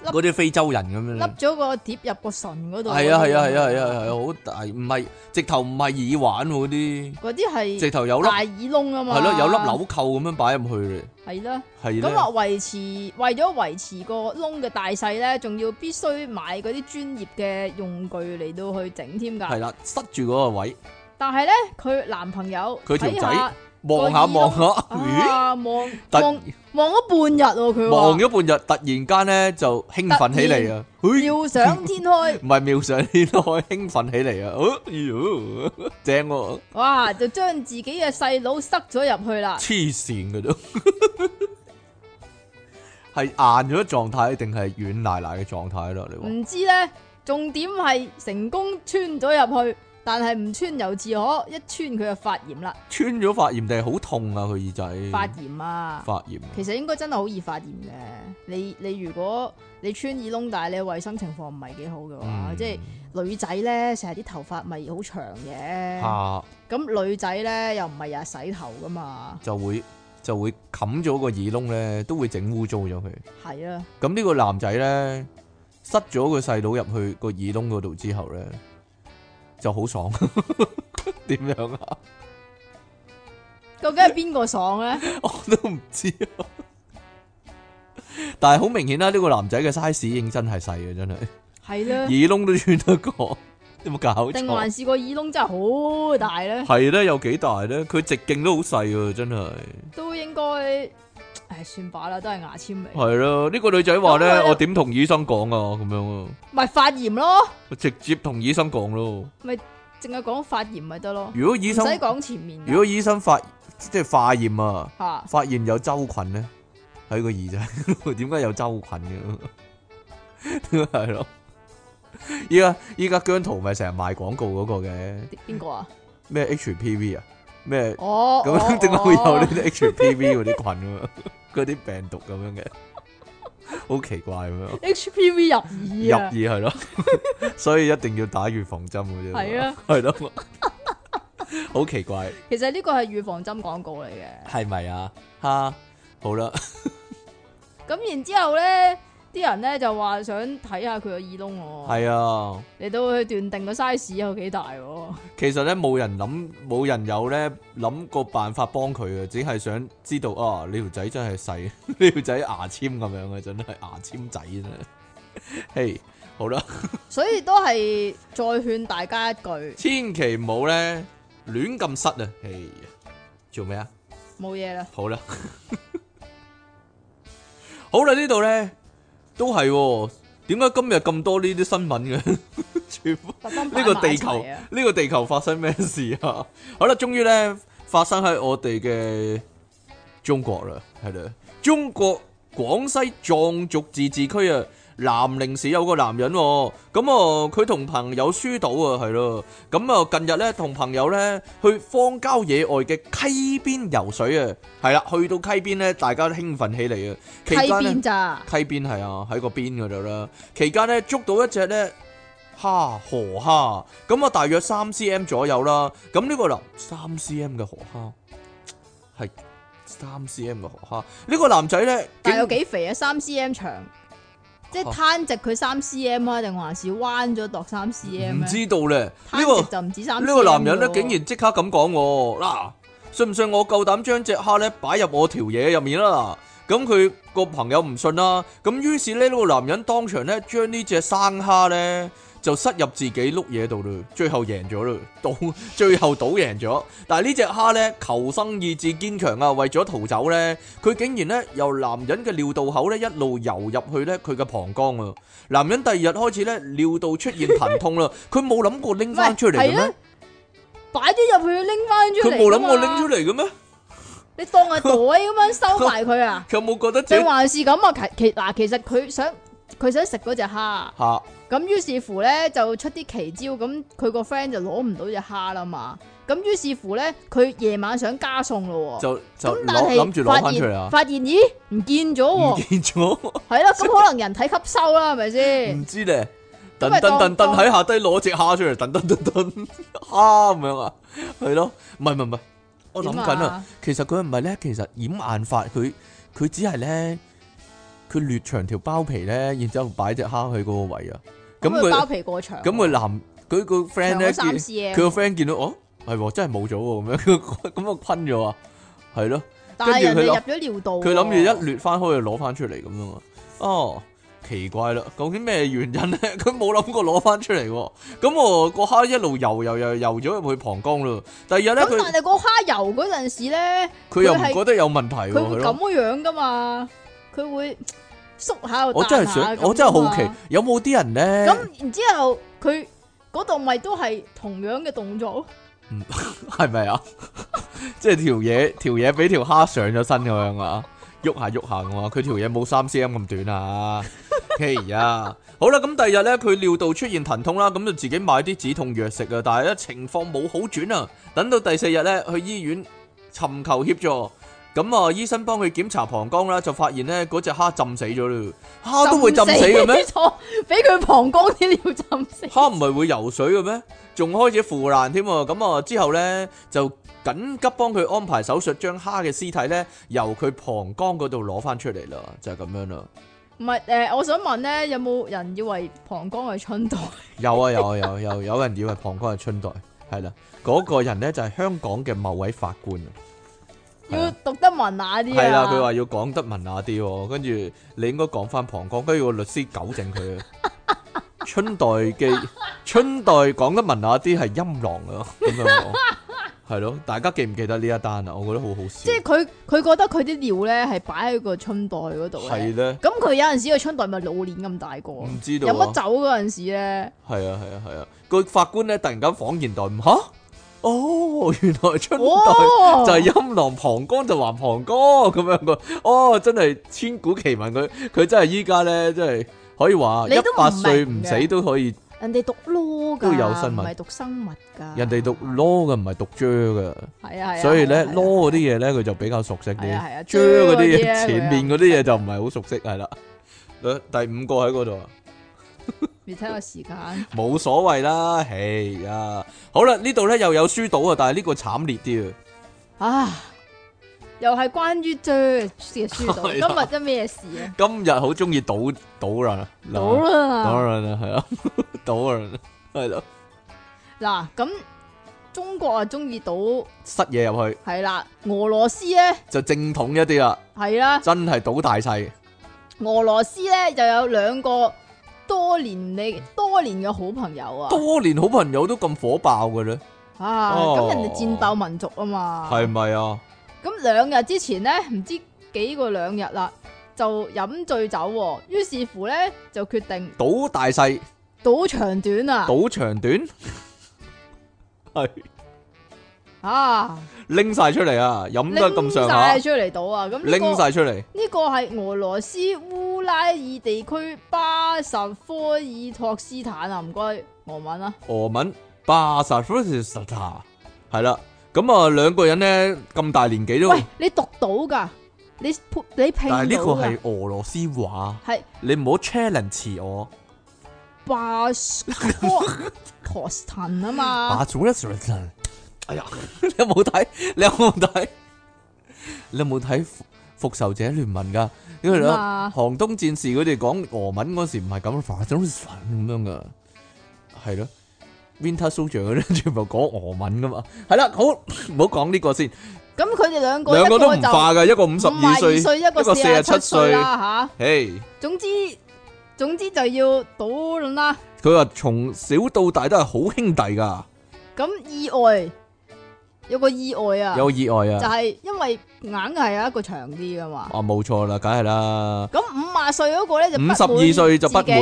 笠
嗰啲非洲人咁樣呢。
咗個碟入個唇嗰度。
嗯係啊係啊係啊係啊係啊，好大，唔係直頭唔係耳環喎嗰
嗰啲
啲，
係
直頭有粒
大耳窿啊嘛。
係咯，有粒紐扣咁樣擺入去
係啦，
嘅，係
咁話
啦，
維持為咗維持個窿嘅大細咧，仲要必須買嗰啲專業嘅用具嚟到去整添
係
㗎。
啦，塞住嗰個位，
但係咧，佢男朋友
佢條
睇
仔
下
望下望下，
Ờ.
咦？
啊望
突
望望咗半日喎，佢話
望咗半日，突然間咧就興奮起嚟啊！嘿
妙想天開。
唔係妙想天開，興奮起嚟啊！哦哎呦，正喎！
哇！就將自己嘅細佬塞咗入去啦，
黐線 嘅都，係硬咗狀態定係軟奶奶嘅狀態咯？你話
唔知呢，重點係成功穿咗入去，但係唔穿由自可，一穿佢就發炎啦，
穿咗發炎定係好痛啊？佢耳仔
發炎啊！
發炎，
其實應該真係好易發炎嘅。你你如果你穿耳窿，但係你衞生情況唔係幾好嘅話，
嗯
即係女仔呢，成日啲頭髮咪好長嘅，
嚇
咁、女仔呢，又唔係日日洗頭噶嘛，
就會就會冚咗個耳窿咧，都會整污糟咗佢。
係啊，
咁呢個男仔咧，塞咗個細佬入去個耳窿嗰度之後咧，就好爽。 點樣啊？
究竟係邊個爽呢？
我都唔知啊。 但係好明顯啦，呢、個男仔嘅 size 已經真係細嘅，真係。
係啦，
耳窿都穿得過， 有冇搞
定
錯？
還是個耳窿真係好大呢？
係咧，有幾大咧？佢直徑都好細喎，真係。
都應該，唉，算罷啦，都係牙籤嚟，
係咯，呢個女仔話咧
咁，佢
我點同醫生講啊？咁樣啊，
咪發炎咯，
我直接同醫生講咯。
淨係講發炎咪得咯，
如果
唔
醫
使
生
講前面
如果醫生發即係化驗啊，
吓
發現有周菌咧喺個耳仔， 點解有周菌嘅？係咯。依家依家姜濤咪成日賣廣告嗰個嘅
邊個啊？
咩 HPV 啊咩？
哦，
咁
哦
樣 點解會有呢
哦
啲 HPV 嗰啲菌啊？嗰啲病毒咁樣嘅，好奇怪咁樣
HPV 入
入
耳啊
耳？係咯， 所以一定要打預防針嘅啫。
係啊，
係咯，好奇怪，
其實呢個係預防針廣告嚟嘅，
係咪啊？哈，好啦，
咁然之後咧。啲人咧就話想睇下佢個耳窿喎，
係啊，
嚟到去斷定個 size 有幾大喎，
其實咧冇人諗，冇人有咧諗個辦法幫佢嘅，只係想知道啊，你條仔真係細， 你條仔牙籤咁樣嘅，真係牙籤 仔真係。嘿，好啦。
所以都係再勸大家一句，
千祈唔好咧亂咁塞啊！哎呀，做咩啊？
冇嘢啦，
好啦， 好啦，呢度咧都係喎，點解今日咁多呢啲新聞嘅？ 全部
特登
呢個
擺埋
地
一
球
齊啊
呢個地球發生咩事啊？好啦，終於咧發生喺我哋嘅中國啦，係啦，中國廣西壯族自治區啊，南寧市有個男人、喎，咁啊佢同朋友輸到啊，係咯，咁啊近日咧同朋友咧去荒郊野外嘅溪邊游水啊，係啦，去到溪邊咧大家都興奮起嚟啊，期
溪
間咧
邊咋？
溪邊係啊，喺個邊嗰度啦，期間咧捉到一隻咧蝦河蝦，咁啊大約三 cm 左右啦，咁呢個男三 cm 嘅河蝦係三 cm 嘅河蝦，呢、個男仔咧
但係有幾肥啊？三 cm 長，即係
啊
攤直佢三 cm 啊，定還是彎咗度三 cm
唔
咧？
知道咧，呢、
攤
個
直就啊唔止三 cm
呢個男人咧
喎
竟然即刻咁講喎，嗱，信唔信我夠膽將只蝦咧擺入我條嘢入面啦？咁佢個朋友唔信啦，咁於是呢呢個男人當場咧將呢只生蝦咧就塞入自己碌嘢度嘞，最後贏咗嘞， 賭最後賭贏咗。但係呢只蝦咧求生意志堅強啊，為咗逃走咧，佢竟然咧由男人嘅尿道口咧一路游入去咧佢嘅膀胱啊！男人第二日開始咧尿道出現疼痛啦，佢冇諗過拎翻出嚟嘅
唔係係
咩
啊？擺咗入去拎翻出
佢
嚟，
冇諗過拎出，嚟嘅咩？
你當係袋咁樣收埋佢 啊？
佢有冇覺得自己
定還是咁啊？其其嗱，其實佢想佢想食嗰只蝦，
嚇
咁於是乎咧就出啲奇招，咁佢個 friend 就攞唔到只蝦啦嘛。咁於是乎咧，佢夜晚想加餸咯喎。
就就
咁但
攞諗住
係
攞
發
翻出嚟
現
啊？
發現咦唔見咗
唔
喎，
見咗，
係啦，咁可能人體吸收啦，係咪先？
唔知咧。
咁
噔噔
咪當
噔
當
噔喺下低攞只蝦出嚟，噔噔噔 噔蝦咁樣啊，係咯，唔係唔係唔係，我諗緊
點
啊，
啊，
其實佢唔係咧，其實掩眼法佢佢只係咧，佢裂長條包皮咧，然之後擺只蝦去嗰個位啊，咁
咁佢包
佢
皮過長，
咁佢男佢個 friend
長
咧見
咗三
佢
cm，
個 friend 見到哦，係喎，真係冇咗 喎，咁樣佢咁啊坤咗啊，係咯。
但
跟
係人
住佢
哋
諗
入咗尿道喎，
佢諗住一掠翻開就攞翻出嚟咁樣啊。哦，奇怪啦，究竟咩原因咧？ 佢冇諗過攞翻出嚟喎。咁我個蝦一路游游游游咗入去膀胱咯。第二日咧，
咁
佢
但係個蝦油嗰陣時咧，
佢又唔
佢係
覺得有問題喎。
佢
係
會
咯
咁樣噶嘛，佢會縮下又
我真係
彈下
想，我真係好
咁啊
奇
嘛，
有冇啲人咧？
咁然之後佢嗰度咪都係同樣嘅動作咯，
係咪啊？ 即係條嘢條嘢俾條蝦上咗身咁樣啊，喐下喐下咁啊，佢條嘢冇三 cm 咁短啊。嘿呀，好啦，咁第二日咧，佢尿道出現疼痛啦，咁就自己買啲止痛藥食啊，但係咧情況冇好轉啊，等到第四日咧去醫院尋求協助。咁啊，醫生幫佢檢查膀胱啦，就發現咧嗰只蝦浸死咗啦，蝦都會浸死嘅咩？
錯， 俾佢膀胱啲尿浸 死。
蝦唔係會游水嘅咩？仲開始腐爛添喎，咁啊之後呢，就緊急幫佢安排手術，將蝦嘅屍體呢由佢膀胱嗰度攞翻出嚟啦，就係、咁樣啦。
唔係誒，我想問咧，有冇人以為膀胱係春袋？
有啊有啊有有有人以為膀胱係春袋，係啦，嗰、個人呢就係、香港嘅某位法官啊。係
要
啊
讀得文雅啲啊！
係啦，佢話要講得文雅啲喎，跟住你應該講翻膀胱，跟住個律師糾正佢啊。春代嘅春代講得文雅啲係音浪啊，咁 樣講 係咯。大家記唔記得呢一單啊？我覺得好好
即
笑
係，佢佢覺得佢啲尿咧係擺喺個春袋嗰度咧
係咧，
咁佢有陣時個春袋咪老年咁大個，
唔知道
飲乜
啊
酒，嗰陣時咧，
係啊係啊係啊，個法官咧突然間恍然大悟，吓哦，原來春代
哦，
就係音浪，膀胱就還膀胱咁樣個，哦，真係千古奇聞，佢佢真係依家咧，真係可以話
你
一
都唔
百歲
明
唔
嘅
死都可以。
人哋讀 law 噶，
都有新聞
唔係讀生物噶，
人哋讀 law 嘅唔係讀 j
係啊係
嘅，
啊，
所以咧
係啊
law 嗰啲嘢咧佢就比較熟悉
係啊係啊啊
啲 j 嗰啲
啫嗰啲
嘢
呢
前面嗰啲嘢就唔係好熟悉，係啦。第五個喺嗰度啊，
你睇下時間，
冇所謂啦，唉呀，好啦，呢度咧又有輸到啊，但係呢個慘烈啲啊，
啊，又係關於 j 嘅書 度，
係啊
今日真咩事啊？
今日好中意賭賭啦，
到啦，
賭啦，係啊， 賭啦，係咯，
嗱咁中國啊中意賭
塞嘢入去
係啦，俄羅斯咧
就正統一啲啦，
係啦，
真係賭大細，
俄羅斯咧就有兩個多年你多年嘅好朋友啊，
多年好朋友都咁火爆嘅咧，
啊
哦
咁人哋戰鬥民族啊嘛，
係咪啊？
咁兩日之前咧，唔知幾個兩日啦，就飲醉酒、喎。於是乎咧就決定
賭大細。
啊賭長短啊，
赌长短系
啊，
拎晒出嚟啊，飲得咁
拎
上下
晒，出嚟到啊！咁呢
拎
個
晒出嚟，
呢個係俄羅斯烏拉爾地區巴什科爾托斯坦啊，唔該俄文啊，
俄文巴薩夫斯塔，係啦，咁啊兩個人咧咁大年紀都，
喂，你讀到㗎？你拼你拼到啊
但係呢個係
㗎？
俄羅斯話，
係
你唔好 challenge 我，
巴什科托斯坦啊 嘛，
巴薩夫斯塔，哎呀， 你有冇睇？你有冇睇？你有冇睇復復仇者聯盟㗎？因為咧
點啊
寒冬戰士佢哋講俄文嗰時唔係咁，巴薩夫斯塔咁樣㗎，係咯。Winter Soldier 嗰啲 全部講俄文㗎嘛，係啦，好唔好講呢個先。
咁佢哋兩個
兩
一
個
個
都唔
就
化嘅，一個五十二
52
歲，
歲，一個
一個
四十七
47歲
歲啦
嘿，
吓。總之總之就要討論啦。
佢話從小到大都係好兄弟噶，
啊咁意外有個意外啊，
有意外
就
啊，
係因為硬係有一個長啲噶嘛。
啊冇錯啦，梗係啦，
咁五廿歲嗰個咧就
52歲就不滿
自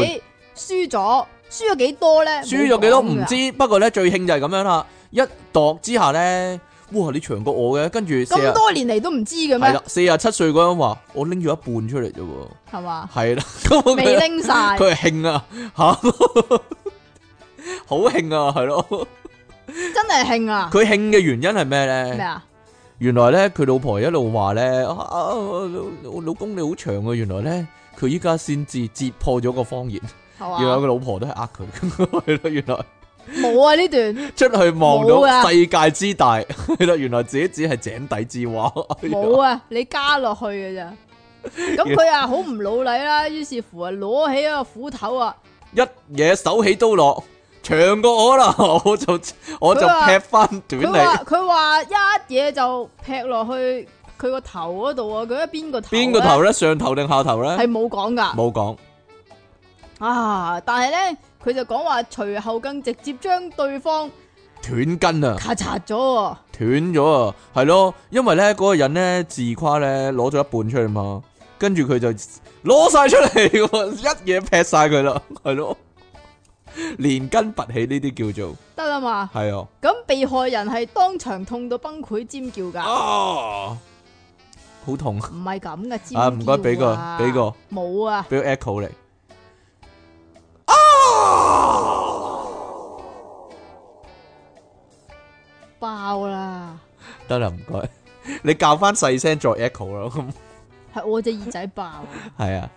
己輸咗，輸咗幾多咧？
輸咗幾多唔
冇講㗎。
知，不過咧最興就係咁樣啦，一度之下咧，哇你長過我嘅，跟住四
咁
啊，
多年嚟都唔知嘅
係
咩
啦？，四啊七歲嗰陣話我拎咗一半出嚟啫喎，
係嘛？
係啦，咁
未
佢
拎晒，
佢係興啊，吓， 好興啊，係咯，
真係興啊！
佢興嘅原因係咩咧
咩？啊？
原來咧，佢老婆一路話咧，啊啊我我老公你好長啊！原來咧，佢依家先至揭破咗個謊言，
係
原來
嘛？
佢老婆都係呃佢， 係咯，原來
冇啊！呢段
出去望
冇
到
啊
世界之大， 係啦，原來自己只係井底之蛙，
冇啊！你加落去嘅咋？咁佢啊好唔老禮啦，於是乎啊攞起個斧頭啊！
一嘢手起刀落，長過我啦， 我就我就
佢話
劈翻短
佢話
你，
佢話一嘢就劈落去佢個頭嗰度啊！佢喺邊個頭？
邊個頭？咧？上頭定下頭
啊係
咧？
冇講噶
冇講，
啊！但係咧，佢就講話隨後更直接將對方
斷根啊！
咔嚓咗喎。
斷咗啊，係咯，因為咧嗰個人咧自誇咧攞咗一半出嚟嘛，跟住佢就攞晒出嚟喎，一嘢劈晒佢啦，係咯，連根拔起呢啲叫做
得啦嘛。
係啊，
咁被害人係當場痛到崩潰尖叫㗎，
啊，好痛啊，
唔係咁嘅尖叫
啊唔該俾個
啊
俾個
冇啊，
俾個 echo 嚟，啊，
爆啦！
得啦，唔該，你教翻細聲再 echo 啦，咁
係我隻耳仔爆啊，
係啊，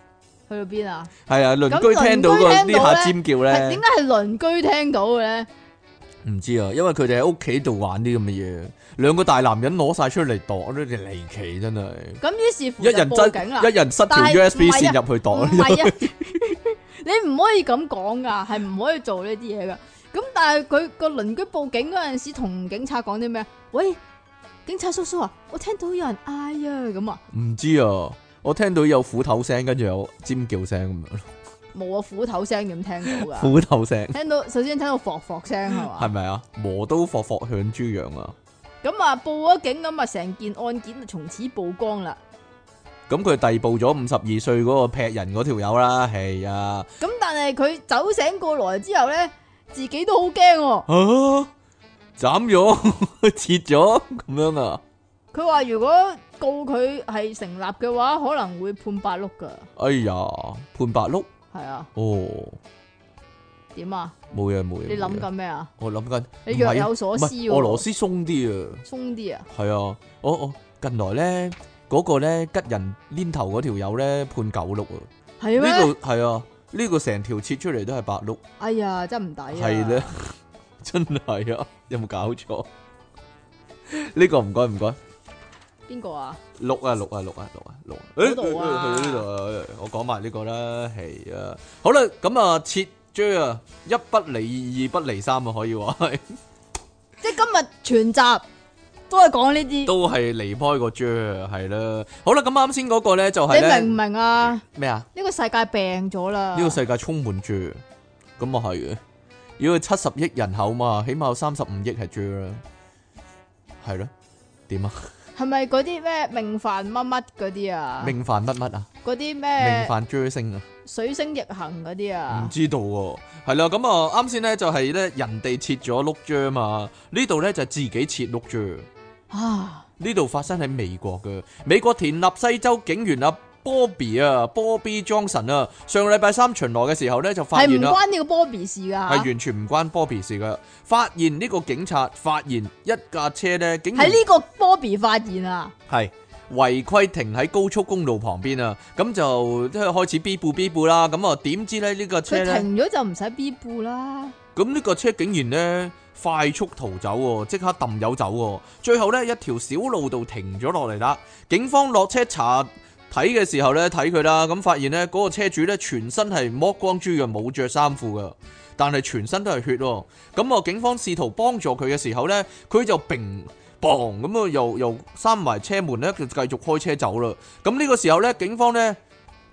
去到邊啊？
係啊，鄰居
咁鄰居
聽到個呢
聽到
下
呢
尖叫
係
咧
點。解係鄰居聽到嘅咧？
唔知啊，因為佢哋喺屋企度玩啲咁嘅嘢，兩個大男人攞晒出嚟度，呢啲離奇真係。
咁於是乎
一人
就報警啦
真，一人塞條
但係
USB
唔係啊
線入去度
唔，係啊， 你唔可以咁講噶，係唔可以做呢啲嘢噶。咁但係佢個鄰居報警嗰陣時，同警察講啲咩？喂，警察叔叔啊，我聽到有人嗌啊，咁啊，
唔知啊。我聽到有斧頭聲，跟住有尖叫聲咁樣，
冇啊，斧頭聲點聽到噶？
斧頭聲
聽到首先聽到霍霍聲係
係
嘛？
咪啊？磨刀霍霍向豬羊啊！
咁啊，報咗警咁啊，成件案件就從此曝光啦。
咁佢逮捕咗五十二歲嗰個劈人嗰條友啦，係啊，
咁但係佢走醒過來之後咧，自己都好驚喎。
啊，斬咗 切咗咁樣啊！
佢話如果告佢係成立嘅話，可能會判八碌噶。
哎呀，判白碌
係啊，
哦，
點啊？
冇嘢冇嘢。
你
冇
諗
嘢
緊咩啊？
我諗緊，
你
唔
若
係啊
有所
唔
思
係
喎
俄羅斯鬆啲啊，
松啲啊？
係啊，我我近來咧嗰個咧吉人黏頭嗰條友咧判九碌啊，呢
係咩？
個係啊，呢個成條切出嚟都係白碌，
哎呀，真唔抵啊！
係咧， 真係啊，有冇搞錯？呢個唔該唔該，
邊個啊？
六啊六啊六啊六啊六啊，
嗰度
誒
啊
去到呢度啊，我講埋呢個啦，係啊，好啦，咁啊切追啊，一不離二不離三啊，可以話係。
即係今日全集都係講呢啲，
都係離開個 j 係啦。好啦，咁啱先嗰個咧就係
你明唔
咧
明啊？呢
咩啊？
個世界病咗啦，
呢個世界充滿 j 咁啊係嘅。如果七十億人口嘛，起碼有三十五億係 j 啦，係咯。點啊？
係咪嗰啲咩命犯乜乜嗰啲啊？
命犯乜乜啊？
嗰啲
命
咩
犯 j 星啊？
水星逆行嗰啲
唔
啊，
知道喎、係啦，咁啊，啱先咧就係咧人哋切咗碌啫嘛，呢度咧就自己切碌啫。嗯
啊，
呢度發生喺美國嘅，美國田納西州警員啊 Bobby 啊 Bobby Johnson 啊，上個禮拜三巡邏嘅時候咧就發
係唔
現啦，
關呢個 Bobby 事
係
㗎，
完全唔關 Bobby 事嘅，發現呢個警察發現一架車咧竟
喺
然
呢個 Bobby 發現啊，
係違規停喺高速公路旁邊啊，咁就即係開始 B 步 B 步啦，咁啊點知咧呢個
佢
車咧？
停咗就唔使 B 步啦，
咁呢個車竟然呢快速逃走喎，即刻揼油走喎，最後呢，一條小路度停咗落嚟啦。警方落車查睇嘅時候呢，睇佢啦，咁發現呢嗰個車主呢，全身係剝光豬嘅，冇着衫褲嘅，但係全身都係血喎。咁啊，警方試圖幫助佢嘅時候呢，佢就並。砰咁啊，又又閂埋車門咧，就繼續開車走啦。咁呢個時候呢，警方呢。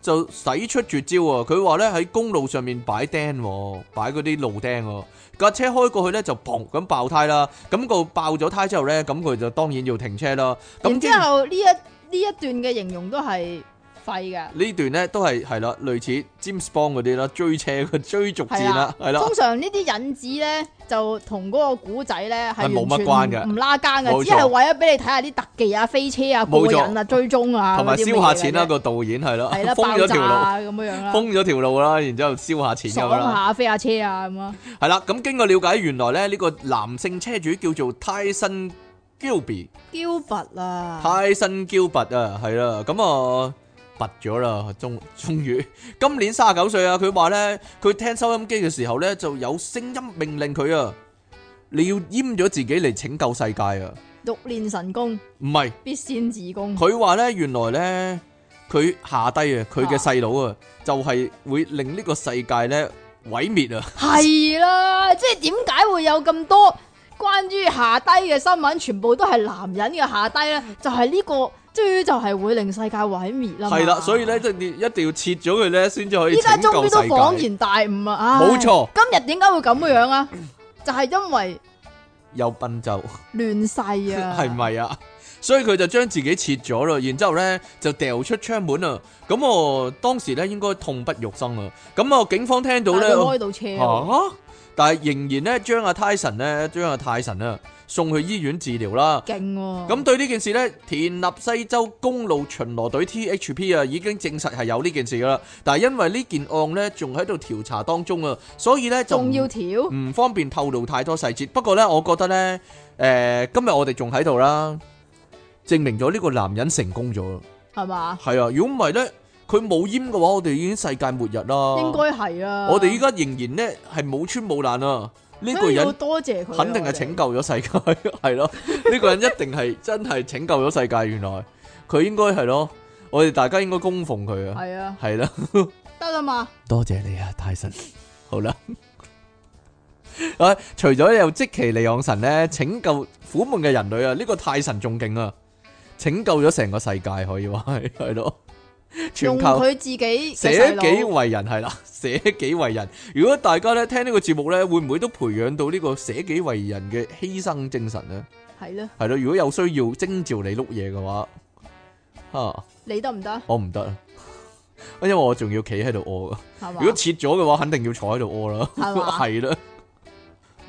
就使出絕招啊！佢話咧喺公路上面擺釘喎，擺嗰啲路釘喎，架車開過去咧就砰咁爆胎啦。咁、個爆咗胎之後咧，咁佢就當然要停車啦。咁
然之後呢一呢一段嘅形容都係廢㗎。
呢段咧都係係啦，類似 James Bond 嗰啲 啦，追車嘅追逐戰啦，係啦
通，常呢啲引子咧，就同嗰個古仔咧係
係冇乜
完
關
全
嘅
唔拉更
冇錯
嘅，只係為咗俾你睇下啲特技啊、飛車
冇
啊、
錯
過癮啊、追蹤啊，
同埋燒下錢啦，
個
個導演係
係
啦，
啦，
封
爆
咗
炸
條路，
啊咁樣樣啦，
封咗條路啦，然之後燒下錢咁
爽
啦。
下飛下車啊咁啊，
係啦，咁經過了解，原來咧呢個男性車主叫做 Tyson Gilby。
驕佛啊，
泰新嬌拔啊，係啦，咁啊拔咗啦，終終於 今年三十九歲啊，佢話咧，佢聽收音機嘅時候咧，就有聲音命令佢啊，你要閹咗自己嚟拯救世界啊，
欲練神功，
唔係，
必先自宮。
佢話咧，原來咧，佢下低啊，佢嘅細佬啊，就係會令呢個世界咧毀滅啊，
係啦，即係點解會有咁多關於下低嘅新聞，全部都係男人嘅下低咧？
嗯
就係呢個，即係就係會令世界毀滅啦嘛。
係啦，所以咧，即係你一定要切咗佢咧，先至可以
依家
拯
終
救
於都恍
世界，
然大悟啊！唉
冇錯，
今日點解會咁嘅樣啊？就係因為
有笨就。
亂 世啊，
系？咪啊？所以佢就將自己切咗啦，然之後咧就掉出窗門啦。咁我當時咧應該痛不欲生啊。咁我警方聽到
但係
咧，
佢開到車喎，
啊，但係仍然咧將阿泰神咧將阿泰神啊送去醫院治療啦。
勁喎！
咁對呢件事呢，田納西州公路巡邏隊 THP 啊，已經證實係有呢件事噶啦。但係因為呢件案呢，仲喺度調查當中啊，所以呢，就唔嗯
仲要條
唔方便透露太多細節。不過呢，我覺得呢，誒、今日我哋仲喺度啦，證明咗呢個男人成功咗啦。
係嘛？
係啊，如果唔係呢，佢冇煙嘅話，我哋已經世界末日啦。
應該係啊啦。
哦我哋依家仍然呢，係冇穿冇爛啊！呢、個
所以要
人
多謝佢啊，
肯定係
我哋
拯救咗世界， 係咯？呢個人一定係真係拯救咗世界。原來佢應該係咯，我哋大家應該供奉佢啊，
係啊，
係啦。
得啦嘛。
多謝你啊，泰神。好啦， 啊，除咗有即其利昂神咧拯救苦悶嘅人類啊，呢、個泰神仲勁啊，拯救咗成個世界可以話係係咯，全
用
球
佢自己嘅細
捨
佬
己為人係啦， 捨己為人。如果大家咧聽呢個節目咧，會唔會都培養到呢個捨己為人嘅犧牲精神咧？
係咯，
係咯，如果有需要徵召你碌嘢嘅話，啊，
你得唔得？
我唔得啊， 因為我仲要企喺度屙噶。
係嘛
如？果切咗嘅話，肯定要坐喺度屙啦，
係嘛
係啦，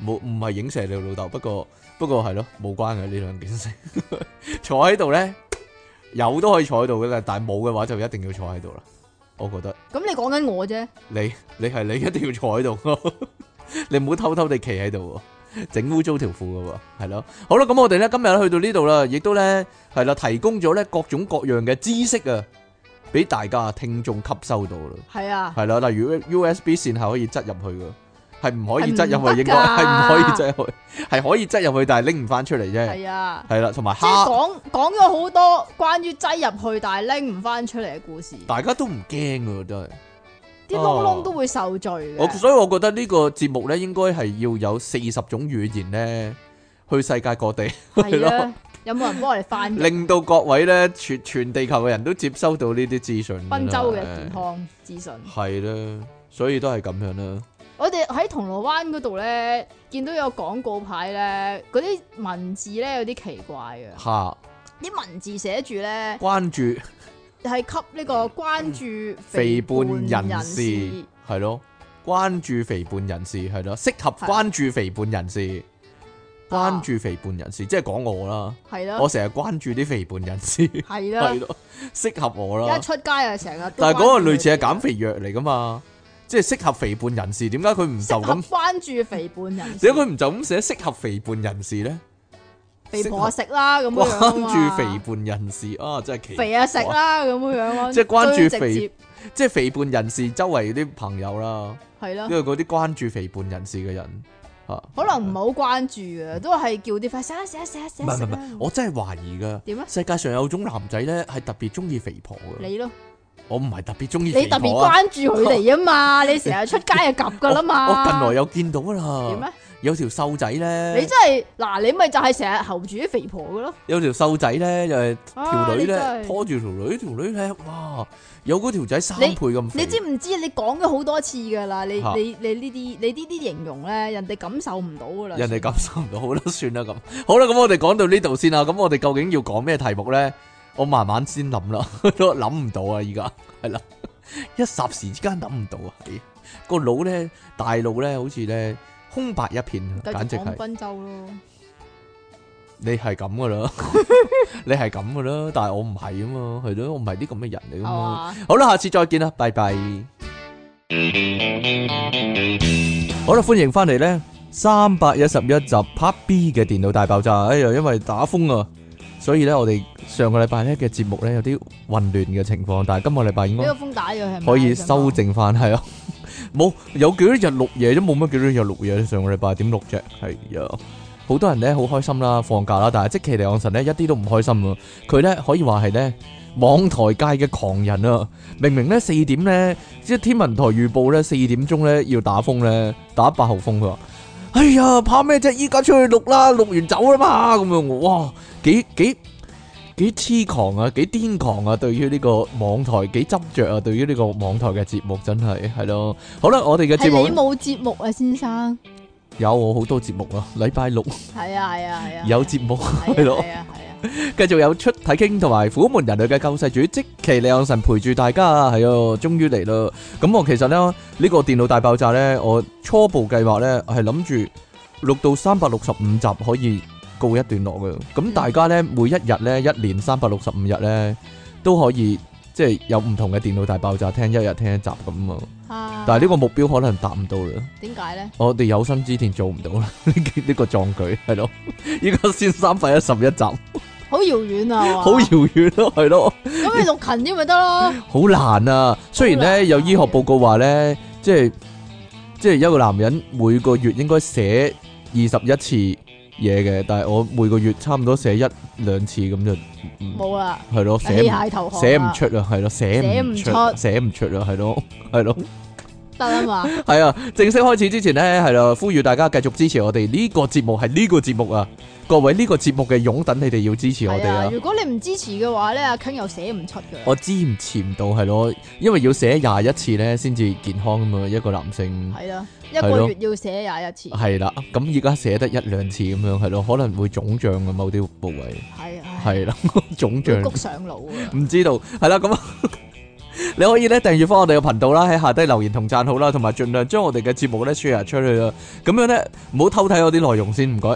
冇唔係影射你老豆，不過不過係咯，冇關嘅呢兩件事。 坐喺度咧，有都可以坐喺度嘅，但係冇嘅話就一定要坐喺度啦。我覺得
咁你講緊我啫，
你你係你一定要坐喺度， 你唔好偷偷地企喺度喎，整污糟條褲嘅喎，係咯。好啦，咁我哋咧今日呢去到呢度啦，亦都咧係啦，提供咗咧各種各樣嘅知識啊，俾大家聽眾吸收到啦。
係啊，
系啦，例如 USB 線係可以擠入去嘅，係唔可以擠入
係唔
去，應
得
該
㗎
係唔可以擠入去，係可以擠入去，但係拎唔翻出嚟啫。
係啊。
係啦，同埋
即係
蝦，
講講咗好多關於擠入去但係拎唔翻出嚟嘅故事，
大家都唔驚嘅，真係。
啲窿窿都會受罪嘅。
哦我所以我覺得呢個節目咧，應該係要有四十種語言咧，去世界各地，
係啊，有冇人幫我哋翻譯
令到各位咧全全地球嘅人都接收到呢啲資訊。
賓州嘅健康資訊？
係啦，所以都係咁樣 啦。
我哋喺銅鑼灣嗰度咧，見到有廣告牌咧，嗰啲文字咧有啲奇怪嘅，
嚇，
啲文字寫住咧
關注
係給呢個關注
嗯肥
胖
胖人
人
士系咯，關注肥胖人士係咯，適合
係啊
關注肥胖人士，關注肥胖人士，即係講我啦，
係啦
我，成日關注啲肥胖人士，
啊係啦
係，咯，適合我啦
一。出街啊成日都關注佢哋。
但係嗰個類似係減肥藥嚟噶嘛，即係適合肥胖人士，點解佢唔就
適合
咁？
關注肥胖人士，
點解佢唔就咁寫適合肥胖人士咧？
肥婆啊食啦咁樣樣啊
關
嘛
注肥胖人士啊，真係奇
肥啊食
怪
啦咁樣樣咯，
即係關注
最
肥
直接
即係肥胖人士周圍啲朋友啦，
係啦
因。為嗰啲關注肥胖人士嘅人啊，
可能唔係好關注嘅，都係叫啲快食啦食啦食啊啦食
唔
啦
係
食
唔係唔係，
啦。
我真係懷疑噶。
點啊？
世界上有種男仔咧係特別中意肥婆嘅，
你咯，
我唔係特別中意
你
肥
特別
婆啊。
關注佢哋 啊嘛，你成日出街就及噶啦嘛。
我近來有啊見到
點
啦，
咧？
有條瘦仔
你
咧
真，係嗱，你咪就係成日候住啲肥婆嘅咯。
有條瘦仔咧又係條
啊
女
你真
咧
係
拖住條女，條女咧哇有嗰條仔三倍咁肥
你，知唔知？你講咗好多次噶啦，你
嚇
你你呢啲你呢啲形容咧，人哋感受唔到噶啦。
人哋感受唔到，好啦，算啦咁。好啦，咁我哋講到呢度先啦。咁我哋究竟要講咩題目咧？我慢慢先諗啦， 都諗唔到啊！依家係啦，一霎時之間諗唔到啊，係個腦咧大腦咧好似咧空白一片，啊
繼
簡
續
直係
講。賓州咯，
你係咁噶 啦，你係咁噶啦，但係我唔係啊嘛，係咯，我唔係啲咁嘅人嚟
係
噶嘛。
嘛？
好啦，下次再見啦，拜拜。好啦，歡迎翻嚟呢三百一十一集 Part B 嘅電腦大爆炸。哎呀，因為打風啊，所以呢，我哋上個禮拜呢嘅節目呢有啲混亂嘅情況，但係今個禮拜應
俾
該
個風打咗係咪啊
可以修。正翻，係啊。 冇有幾多日錄嘢都冇乜幾多日錄嘢，上個禮拜點錄啫？係啊，好多人咧好開心啦，放假啦，但係即其離岸神咧一啲都唔開心啊！佢咧可以話係咧網台界嘅狂人啊！明明咧四點咧，即係天文台預報咧四點鐘咧要打風咧，打八號風佢話：哎呀，怕咩啫？依家出去錄啦，錄完走啦嘛！咁樣我哇，幾幾幾痴狂啊，幾癲狂啊！對於呢個網台幾執着啊，對於呢個網台嘅節目真係係咯。好啦，我哋嘅
係
節目
你
呢
冇節目啊，先生。
有我好多節目啊，禮拜六
係啊係啊係啊。
有節目。
係
係咯
咯。係啊係啊。
繼續有出體傾同埋虎門人類嘅救世主即其李昂神陪住大家啊，係啊，終於嚟啦！咁我其實呢，呢、個電腦大爆炸呢，我初步計劃呢係諗住錄到三百六十五集可以告一段落嘅。咁
嗯
大家呢，每一日呢，一年三百六十五日呢，都可以即係有唔同嘅電腦大爆炸聽，一日聽一集咁啊。
啊
但係呢個目標可能達唔到啦。
點解咧？
我哋有生之年做唔到啦， 呢呢個壯舉係咯，依家先三百一十一集，
好遙遠啊！哇
好遙遠咯，係咯。
咁你錄勤啲咪得咯？
好難啊！雖然
好難
咧
啊
有醫學報告話咧，即係即係一個男人每個月應該寫二十一次嘢嘅，但係我每個月差唔多寫一兩次咁就嗯
冇啦，哎
係咯，寫
器
唔
械投降
寫唔
啦
出啊，係咯，寫唔
寫唔
出，
出
寫唔出啊，係咯，係咯。
得啦嘛，
系啊，正式開始之前呢，係啦，呼籲大家繼續支持我哋呢個節目，係呢個節目啊，各位呢個節目嘅擁趸，你哋要支持我
係
哋啊
啊！！如果你唔支持嘅話咧，阿 King 又寫唔出嘅，
我支唔持唔到係咯，因為要寫廿一次咧先至健康啊嘛，一個男性
係啦，一
係咯啊
個月要寫廿一次，
係啦，咁而家寫得一兩次咁樣係咯，可能會腫脹嘅啊某啲部位
係啊，
係啦， 腫
會
脹
谷上腦啊！
唔知道係啦，咁 你可以咧訂閱翻我哋嘅頻道啦，喺下低留言同讚好啦，同埋盡量將我哋嘅節目咧 share 出去啦，咁樣咧唔好偷睇我啲內容先，唔該。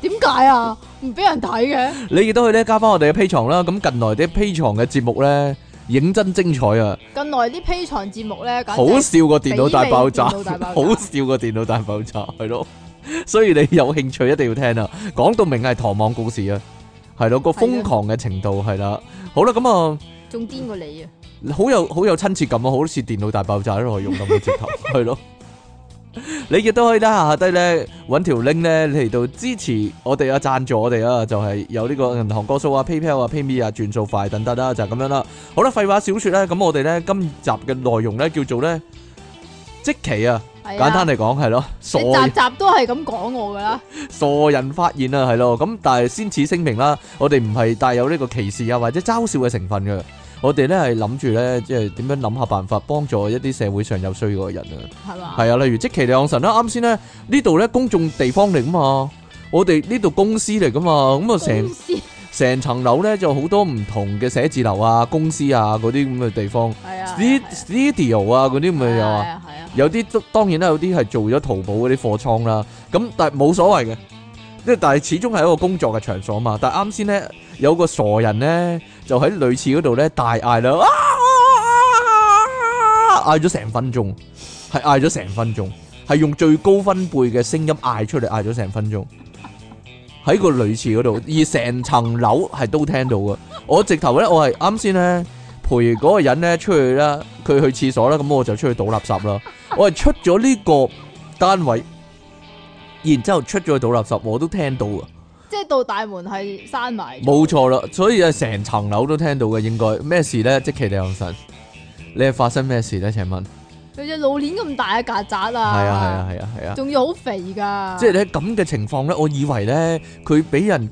點解啊？唔俾人睇嘅，
你亦都可以咧加翻我哋嘅 P 床啦，咁近來啲 P 床嘅節目咧認真精彩啊！
近來啲 P 場節目咧，簡
好
直
笑個電腦大爆炸，
比你電腦大爆炸
好笑個電腦大爆炸，係咯。所以你有興趣一定要聽啊！講到明係唐望故事啊，係咯個
係啊
瘋狂嘅程度係啦。好啦，咁啊，
仲癲過你啊！
好有好有親切感啊，好似電腦大爆炸啲內容咁嘅直頭，係咯。你亦都可以咧下低咧揾條 link 咧嚟到支持我哋啊，贊助我哋啊，就係、有呢個銀行個數啊、PayPal 啊、PayMe 啊、轉數快等等啦，就係、咁樣啦。好啦，廢話少説咧，咁我哋咧今集嘅內容咧叫做咧即期啊。
係啊
簡單嚟講係咯，傻
你集集都係咁講我噶啦，
傻人發現啊，係咯，咁但係先此聲明啦，我哋唔係帶有呢個歧視啊或者嘲笑嘅成分嘅，我哋咧係諗住咧即係點樣諗下辦法幫助一啲社會上有需要嘅人啊，
係嘛？
係啊，例如即其利昂神啦，啱先咧呢度咧公眾地方嚟噶嘛，我哋呢度公司嚟噶嘛，咁啊
公
成
司
成層樓咧就好多唔同嘅寫字樓啊、公司啊嗰啲咁嘅地方
係啊，
，st- studio 啊嗰啲咁嘅有啊。
係 啊，
有啲都當然啦，有啲係做咗淘寶嗰啲貨倉啦。咁但係冇所謂嘅，即係但係始終係一個工作嘅場所嘛。但係啱先咧有個傻人咧就喺類似嗰度咧大嗌啦，啊嗌咗成分鐘，係嗌咗成分鐘，係用最高分貝嘅聲音嗌出嚟，嗌咗成分鐘。喺個類似嗰度，而成層樓係都聽到嘅。我直頭咧，我係啱先咧陪嗰個人咧出去啦，佢去廁所啦，咁我就出去倒垃圾啦。我係出咗呢個單位，然之後出咗去倒垃圾，我都聽到啊，
即係到大門係閂埋，
冇，錯啦，所以係成層樓都聽到嘅，應該咩事呢？即其你有神，你係發生咩事呢？請問？
有隻老鏈咁大嘅曱甴
係
啊，
啊係啊係啊係啊，
仲要好肥㗎，
即係咧咁嘅情況呢，我以為呢，佢俾人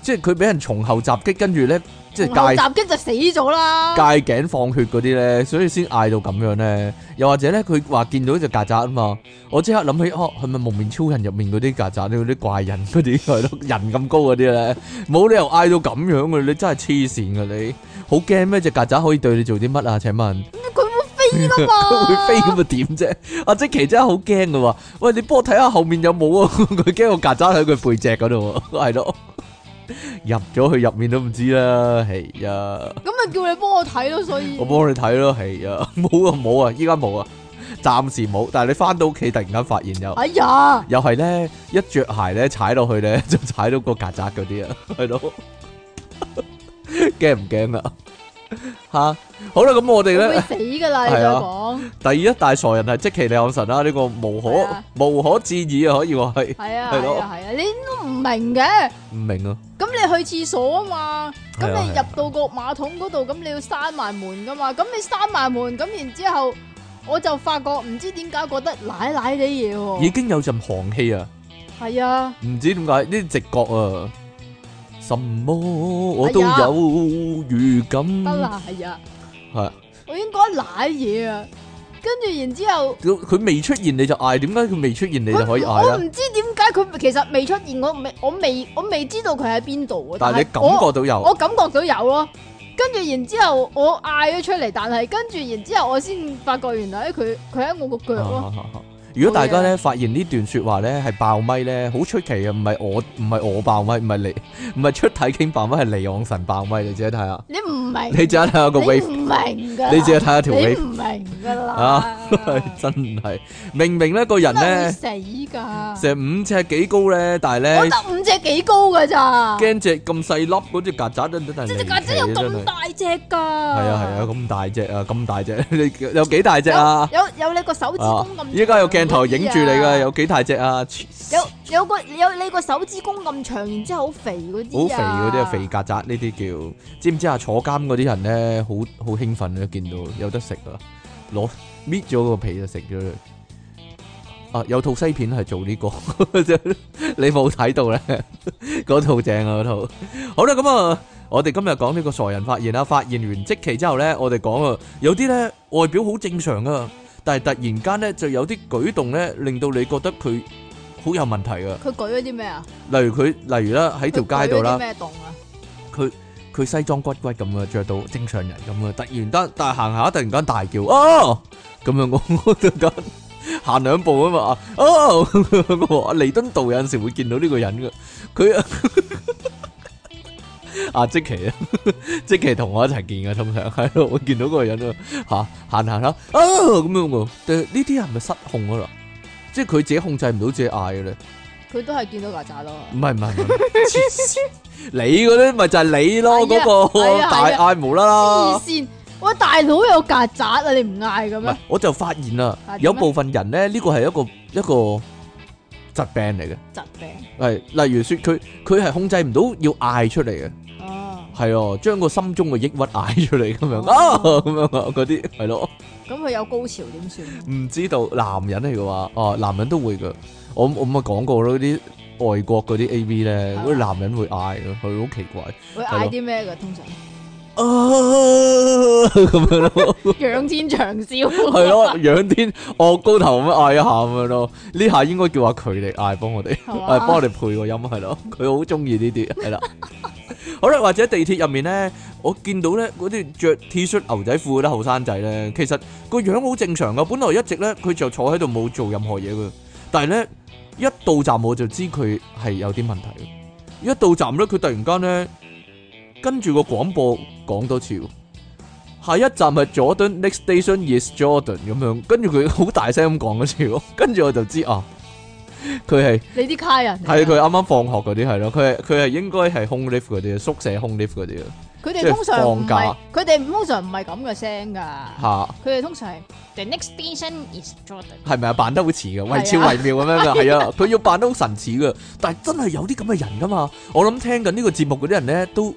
即係佢俾人從後襲擊，跟住呢，即
同後
係戒
襲擊就死咗啦，
戒頸放血嗰啲呢，所以先嗌到咁樣呢。又或者呢，佢話見到只曱甴啊嘛，我即刻諗起哦，係咪蒙面超人入面嗰啲曱甴呢？嗰啲怪人嗰啲 係咯，人咁高嗰啲呢，冇理由嗌到咁樣嘅，你真係黐線嘅你，好驚咩？只曱甴可以對你做啲乜啊？請問？
佢會飛㗎嘛，
佢 會飛 咁啊點啫？阿即奇真係好驚噶喎！喂，你幫我睇下後面有冇啊？ 佢驚個曱甴喺佢背脊嗰度喎，係咯，入咗去入面都唔知啦，係呀，
咁咪叫你幫我睇咯，所以
我幫你睇咯，係呀，冇啊 冇啊，依家冇啊，暫時冇，但係你翻到屋企突然間發現有。
哎呀，
又係咧，一着鞋咧踩落去 咧，就踩到個曱甴嗰啲啊， 係咯，驚唔驚啊？ 吓，好啦，咁我哋咧
佢會。死㗎啦，你
係
再
啊
講，
第一大傻人係即其李昂神啦，呢、個無可、
係啊
無可置疑啊，可以話係
係啊
係
係
咯
啊係啊，你都唔明嘅。
唔明啊，
咁你去廁所啊嘛，咁
係啊
你
係啊
入到個馬桶嗰度，咁你要閂埋門噶嘛，咁你閂埋門，咁然之後我就發覺唔知點解覺得奶奶啲嘢
已
喎，
經有陣寒氣啊，
係啊，
唔知點解呢啲直覺啊，什麼我都
哎呀
有預感，
得啦，係啊，
係啊
我應該奶嘢啊，跟住然之後
佢佢未出現你就嗌，點解佢未出現你就可以啊
我我
嗌啦？
唔知點解佢其實未出現，我未我未我未知道佢喺邊度啊，
但係你
我
感覺到有
我感覺到有咯。跟住然之後我嗌咗出嚟，但係跟住然之後我先發覺原來佢佢喺我個腳
啊
咯，
啊啊啊如果大家
冇嘢
咧發現呢段説話咧係爆咪咧，好出奇嘅，唔係我唔係我爆咪，唔係你唔係出體傾爆咪，係離昂神爆咪，你自己睇 下，
你唔明。
你自己睇下個 wave，
你唔明噶，
你自己睇下條
你
wave。À,
唔明噶啦
啊，真係明明咧個人
會
咧
死噶。
成五尺幾高咧，但係
我
咧
得五隻幾高噶咋？
驚只咁細粒嗰只曱甴真真係
即
離
隻
奇
曱甴有
真
咁
係。
大隻噶。
係
係
啊係啊，咁大隻啊，咁大隻， 你有幾大隻啊？
有有你個手指
啊
公咁長嗰啲啊！！
依家有鏡頭影住你
à.
㗎，有幾大隻啊？黐
有有個有你個手指公咁長，然之後好肥嗰
好
啲
肥
啊
嗰啲啊，肥曱甴呢啲叫，知唔知啊？坐監嗰啲人咧，好好興奮啊！見到有得食啊，攞搣咗個皮就食咗佢。啊，有套西片係做呢、個，你冇睇到 咧？嗰套正啊，嗰套。好啦，咁啊，我哋今日講呢個傻人發現啦，發現完即期之後咧，我哋講啊，有啲咧外表好正常噶，但係突然間咧就有啲舉動咧，令到你覺得佢好有問題 噶。
佢舉咗啲咩啊？
例如佢，例如啦喺條街度啦
佢舉咗啲。咩洞啊？
佢佢西裝骨骨咁啊，着到正常人咁啊，突然間但係行下突然間大叫哦咁樣我我突然間行兩步啊嘛啊哦，我話彌敦道有陣時會見到呢個人嘅， 佢阿即 奇啊，即奇同我一齊見嘅，通常喺度我見到嗰個人啊嚇行行下哦咁樣喎，但係呢啲係咪失控啊啦？ 即係佢自己控制唔到自己嗌嘅咧。
佢都係見到曱甴咯。
唔係唔係唔係，黐線你嗰啲咪就係你咯，
係啊
嗰個
係啊
大
係
嗌無啦
黐
啦。
線！喂，大佬有曱甴啊！你唔嗌嘅
唔
咩
係？，我就發現啦
啊點，咧
有部分人咧，呢個係一個一個疾病嚟嘅，
疾病
係例如説佢佢係控制唔到要嗌出嚟嘅，
啊！
係哦，將個心中嘅抑鬱嗌出嚟咁樣
哦
啊，咁樣啊，嗰啲係咯，
咁佢有高潮點算？
唔知道男人嚟嘅話，哦，男人都會嘅，我我咪講過咯，啲外國嗰啲 A V 咧，
啊
嗰啲男人會嗌咯，佢好奇怪
會
係咯
嗌啲咩嘅通常？
啊咁樣咯。
仰天長嘯，
系咯，仰天昂高頭咁樣嗌一下咁樣咯，呢下應該叫阿佢嚟嗌幫我哋，
係嘛
係幫我哋配個音係咯，佢好中意呢啲係啦。好啦，或者地鐵入面咧，我見到咧嗰啲着 T 恤牛仔褲嗰啲後生仔咧，其實個樣好正常噶。本來一直咧佢就坐喺度冇做任何嘢噶，但係咧一到站我就知佢係有啲問題啦。一到站咧，佢突然間咧跟住個廣播講多次喎，下一站係 Jordan，next station is Jordan 咁樣，跟住佢好大聲咁講多次喎，跟住我就知啊，佢係。
你啲卡人嚟 㗎
係啊佢啱啱放學嗰啲係咯，佢係佢係應該係空 lift 嗰啲，宿舍空 lift 嗰啲
佢
即係
哋通常唔
放假
係，佢哋通常唔係咁嘅聲噶，
啊
佢哋通常係 the next station is Jordan。
吓係咪啊？扮得好似嘅，
係啊
惟肖惟妙咁樣 噶，係啊，佢要扮得好神似噶，但係真係有啲咁嘅人噶嘛。我諗聽緊呢個節目嗰啲人咧，都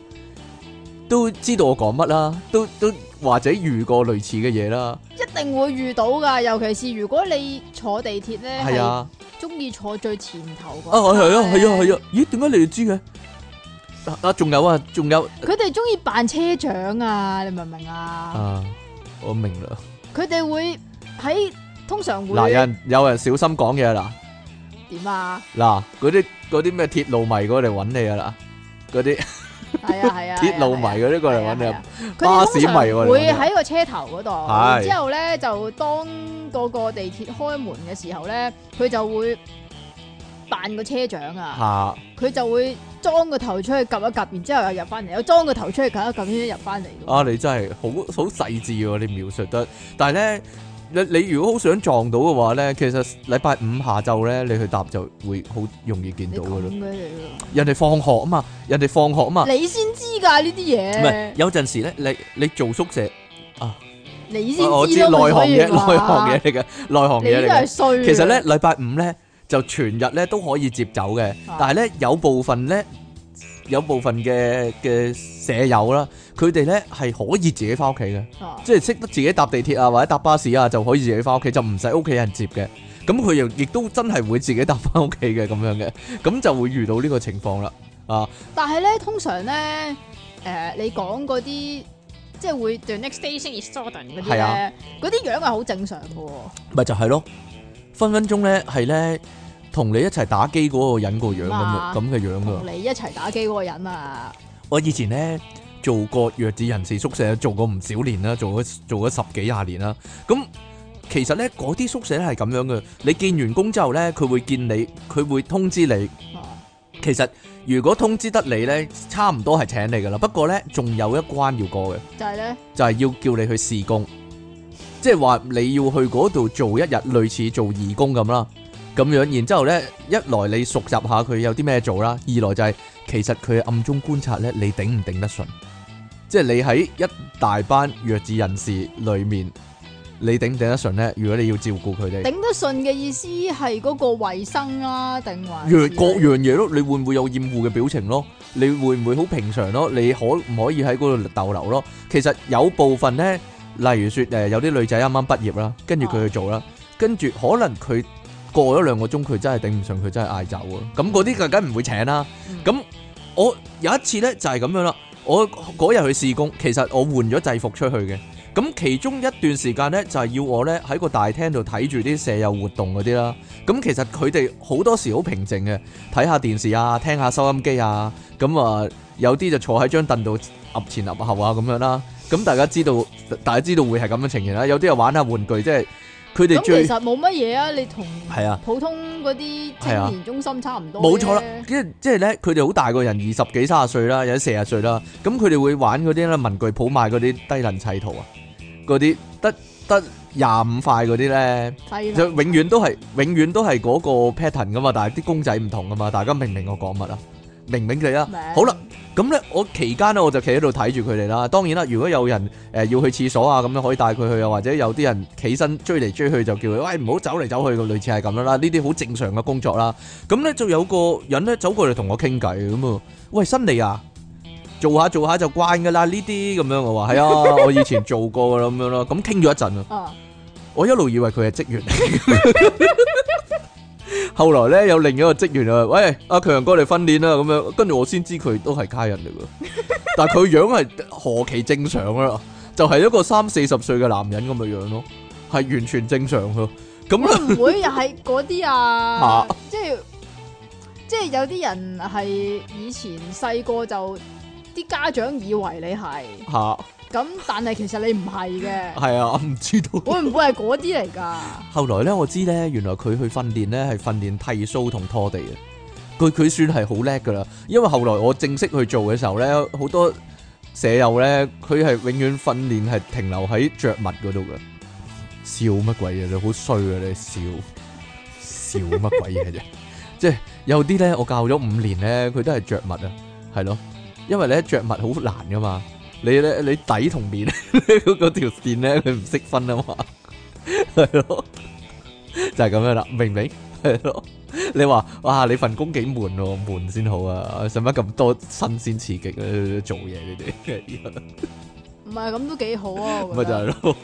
都知道我講乜啦，都都或者遇過類似嘅嘢啦，
一定會遇到㗎，尤其是如果你坐地鐵咧，
係
係
啊，
中意坐最前頭嗰
啊係啊係啊
班咧
係啊係啊，咦？點解你哋知嘅？啊啊，仲有啊，仲有
佢哋中意扮車長啊，你明唔明啊？
啊，我明啦。
佢哋會喺通常
嗱，有
會
人有人小心講嘢啦。
點啊？
嗱，嗰啲嗰啲咩鐵路迷嗰度嚟揾你啊啦，嗰啲
係啊係啊，
鐵路迷
係啊
嗰啲過嚟揾你
係
啊，
啊係啊
巴士迷喎
佢哋通常會喺個車頭嗰度，
係
然之後咧就當嗰個地鐵開門嘅時候咧，佢就會扮個車長啊，
吓
佢就會裝個頭出去夾一夾，然之後又入翻嚟，又裝個頭出去夾一夾，先入翻嚟㗎。
啊！你真係好好細緻喎，你描述得。但係咧，你你如果好想撞到嘅話咧，其實禮拜五下晝咧，你去搭就會好容易見
你
到
咁
噶啦。
嘅嚟
人哋放學啊嘛，人哋放學啊嘛，
㗎，你先知㗎呢
唔係
啲嘢，
有陣時咧，你你做宿舍，
你先
啊我知內
都唔可
行
以
嘢，內
話
行嘢，嚟嘅，內行
你
嘢嚟
真
嘅
係。衰啊。
其實咧，禮拜五咧就全日咧都可以接走嘅，
啊
但係咧有部分咧有部分嘅嘅舍友啦，佢哋咧係可以自己翻屋企嘅，
啊，
即係識得自己搭地鐵啊或者搭巴士啊就可以自己翻屋企，就唔使屋企人接嘅。咁佢又亦都真係會自己搭翻屋企嘅咁樣嘅，咁就會遇到呢個情況啦。
但係咧通常咧，誒你講嗰啲。即係會 the next station is Jordan 嗰啲
係啊
咧，嗰啲樣係好正常嘅喎。
咪就係咯，分分鐘咧係咧同你一齊打機嗰個人個樣咁嘅
嘛
咁嘅啊樣噶
同。你一齊打機嗰個人啊，
我以前咧做過弱智人士宿舍，做過唔少年啦，做咗做咗十幾廿年啦。咁其實咧，嗰啲宿舍咧係咁樣嘅。你見完工之後咧，佢會見你，佢會通知你。
啊
其實如果通知得你咧，差唔多係請你噶啦。不過咧，仲有一關要過嘅，
就係咧，
就係、要叫你去試工，即係話你要去嗰度做一日，類似做義工咁啦。咁樣，然之後咧，一來你熟習下佢有啲咩做啦，二來就係、其實佢暗中觀察咧，你頂唔頂得順，即係你喺一大班弱智人士裏面，你頂唔頂得順咧？如果你要照顧佢哋，
頂得順嘅意思係嗰個衞生啦、定還是
樣各樣嘢咯，你會唔會有厭惡嘅表情咯？你會唔會好平常咯？你可唔可以喺嗰度逗留咯？其實有部分呢，例如說誒有啲女仔啱啱畢業啦，跟住佢去做啦，跟住可能佢過咗兩個鐘，佢真係頂唔順，佢真係嗌走啊！咁嗰啲佢梗唔會請啦。
嗯
咁我有一次呢，就係咁樣啦，我嗰日去試工，其實我換咗制服出去嘅。咁其中一段時間呢，就係要我呢喺個大廳度睇住啲舍友活動嗰啲啦。咁其實佢哋好多時好平靜嘅，睇下電視啊，聽下收音機啊。咁啊，有啲就坐喺張凳度噏前噏後啊咁樣啦。咁大家知道，大家知道會係咁樣情形啦。有啲又玩下玩具，即係佢哋
咁
最
其實冇乜嘢啊，你同
係啊。
普通嗰啲青年中心差唔多
冇
啫。
錯啦，即係即係咧，佢哋好大個人，二十幾三十歲啦，有啲四十歲啦，咁佢哋會玩嗰啲咧文具鋪賣嗰啲低能砌圖啊，嗰啲得得廿五塊嗰啲咧，
係啦，
就永遠都係永遠都係嗰個 pattern 噶嘛，但係啲公仔唔同噶嘛，大家明唔明我講乜啊？明唔明你啊？
明
好啦，咁咧我期間咧我就企喺度睇住佢哋啦。當然啦，如果有人誒、呃要去廁所啊，咁樣可以帶佢去啊，或者有啲人起身追嚟追去就叫佢喂唔好走嚟走去，類似係咁樣啦。呢啲好正常嘅工作啦。咁咧就有個人咧走過嚟同我傾偈咁啊，喂新嚟啊！做下做下就慣噶啦，呢啲咁樣我話係啊，我以前做過噶啦咁樣咯，咁傾咗一陣啊，
啊，
我一路以為佢係職員， 後來咧有另一個職員啊，喂阿強過嚟訓練啦咁樣，跟住我先知佢都係家人嚟噶，但係佢樣係何其正常啦，就係、一個三四十歲嘅男人咁嘅樣咯，係完全正常噶，咁啊 咧
會唔會又係嗰啲啊
啊？
即係即係有啲人係以前細個就啲家長以為你係，
吓
咁但係其實你唔係嘅，
係啊，我唔知道。
會唔會係嗰啲嚟㗎？
後來咧，我知咧，原來佢去訓練咧係訓練剃須同拖地嘅。佢佢算係好叻噶啦，因為後來我正式去做嘅時候咧，好多舍友咧，佢係永遠訓練係停留喺着襪嗰度嘅。笑乜鬼嘢？你好衰啊！你笑笑乜鬼嘢啫？ 即係有啲咧，我教咗五年咧，佢都係着襪啊，係咯，因為咧着襪好難噶嘛。你咧你底同面 嗰條線咧，佢唔識分啊嘛。係咯，就係咁樣啦，明唔 明？係咯，你話哇，你份工幾悶喎，悶先好啊，使乜咁多新鮮刺激咧？做嘢你哋，
唔係咁都幾好啊！我
咪就
覺得
係咯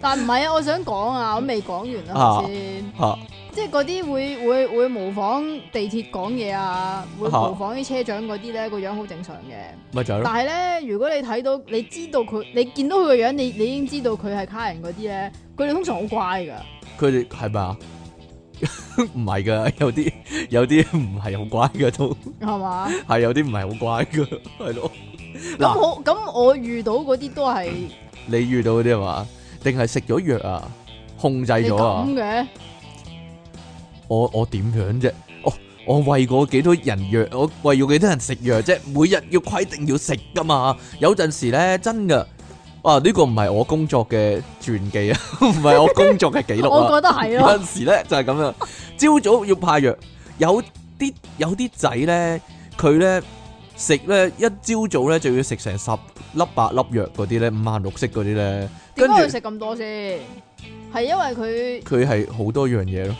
但唔係啊，我想講啊，我未講完啊，
啊
頭先
吓
即係嗰啲會會會模仿地鐵講嘢啊，會
啊
模仿啲車長嗰啲咧，個樣好正常嘅。
咪就係
但
咯，
係咧，如果你睇到你知道佢，你見到佢個樣，你你已經知道佢係卡人嗰啲咧，佢哋通常好乖㗎。
佢哋係咪啊？ 唔係噶，有啲有啲唔係好乖噶，都
係嘛？
係有啲唔係好乖噶，係咯。
咁
嗱，
好，咁我遇到嗰啲都係
你遇到嗰啲係嘛？定係食咗藥啊？控制
你
咗啊
咁？嘅，
我我點樣啫？我我喂過幾多人藥？我喂咗幾多人食藥啫？每日要規定要食噶嘛？有陣時咧真噶，啊呢個唔係我工作嘅傳記啊， 唔係我工作嘅記錄
我
啊。
覺得係
有
咯，
陣時咧就係咁樣，朝早要派藥，有啲有啲仔咧，佢咧食咧一朝早咧就要食成十粒八粒藥嗰啲咧，五顏六色嗰啲咧，跟
點解佢
住
食咁多先？係因為
佢係好多樣嘢咯。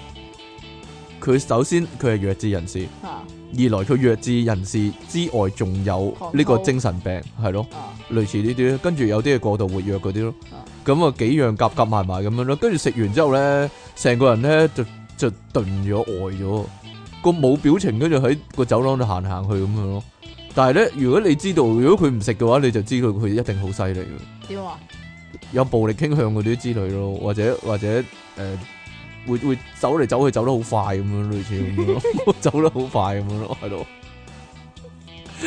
佢首先佢係弱智人士。
佢啊
二來佢弱智人士之外，仲有呢個精神病，係咯，
啊
類似呢啲咯。跟住有啲係過度活躍嗰啲咯
啊，
咁啊幾樣夾夾埋埋咁樣咯。跟住食完之後咧，成個人咧就就頓咗呆咗，個冇表情，跟住喺個走廊度行行去咁樣咯。但係咧，如果你知道，如果佢唔食嘅話，你就知佢佢一定好犀利嘅，
點啊？
有暴力傾向嗰啲之類咯，或者或者誒、呃、會會走嚟走去走得好快咁樣，類似咁樣咯， 走得好快咁樣咯，係咯，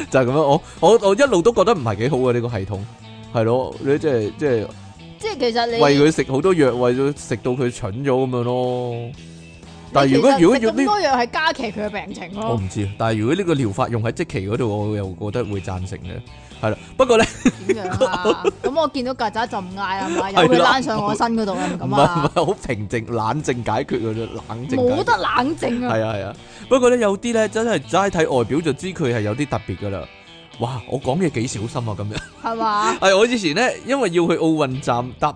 就係咁樣。我我我一路都覺得唔係幾好啊嘅呢、個系統，係咯，你即係即係
即係其實你
喂佢食好多藥，喂咗食到佢蠢咗咁樣咯。但係如果
你其實
如果
食
要呢哦
咁，多藥係加劇佢嘅病情
我
咯，
唔知。啊但係如果呢個療法用喺即期嗰度，我又覺得會贊成嘅。係啦，不過咧。
點 樣啊？咁我見到曱甴就唔嗌啦，係嘛？由
係
佢
啦
躝上我身嗰度啦，係
唔
咪咁
係唔
啊？
係好平靜冷靜解決嗰種冷靜解
冇
決。
得冷靜啊！
係啊係啊，不過咧有啲咧真係齋睇外表就知佢係有啲特別噶啦。哇！我講嘢幾小心啊，咁樣。
係 嘛？
係我以前咧，因為要去奧運站搭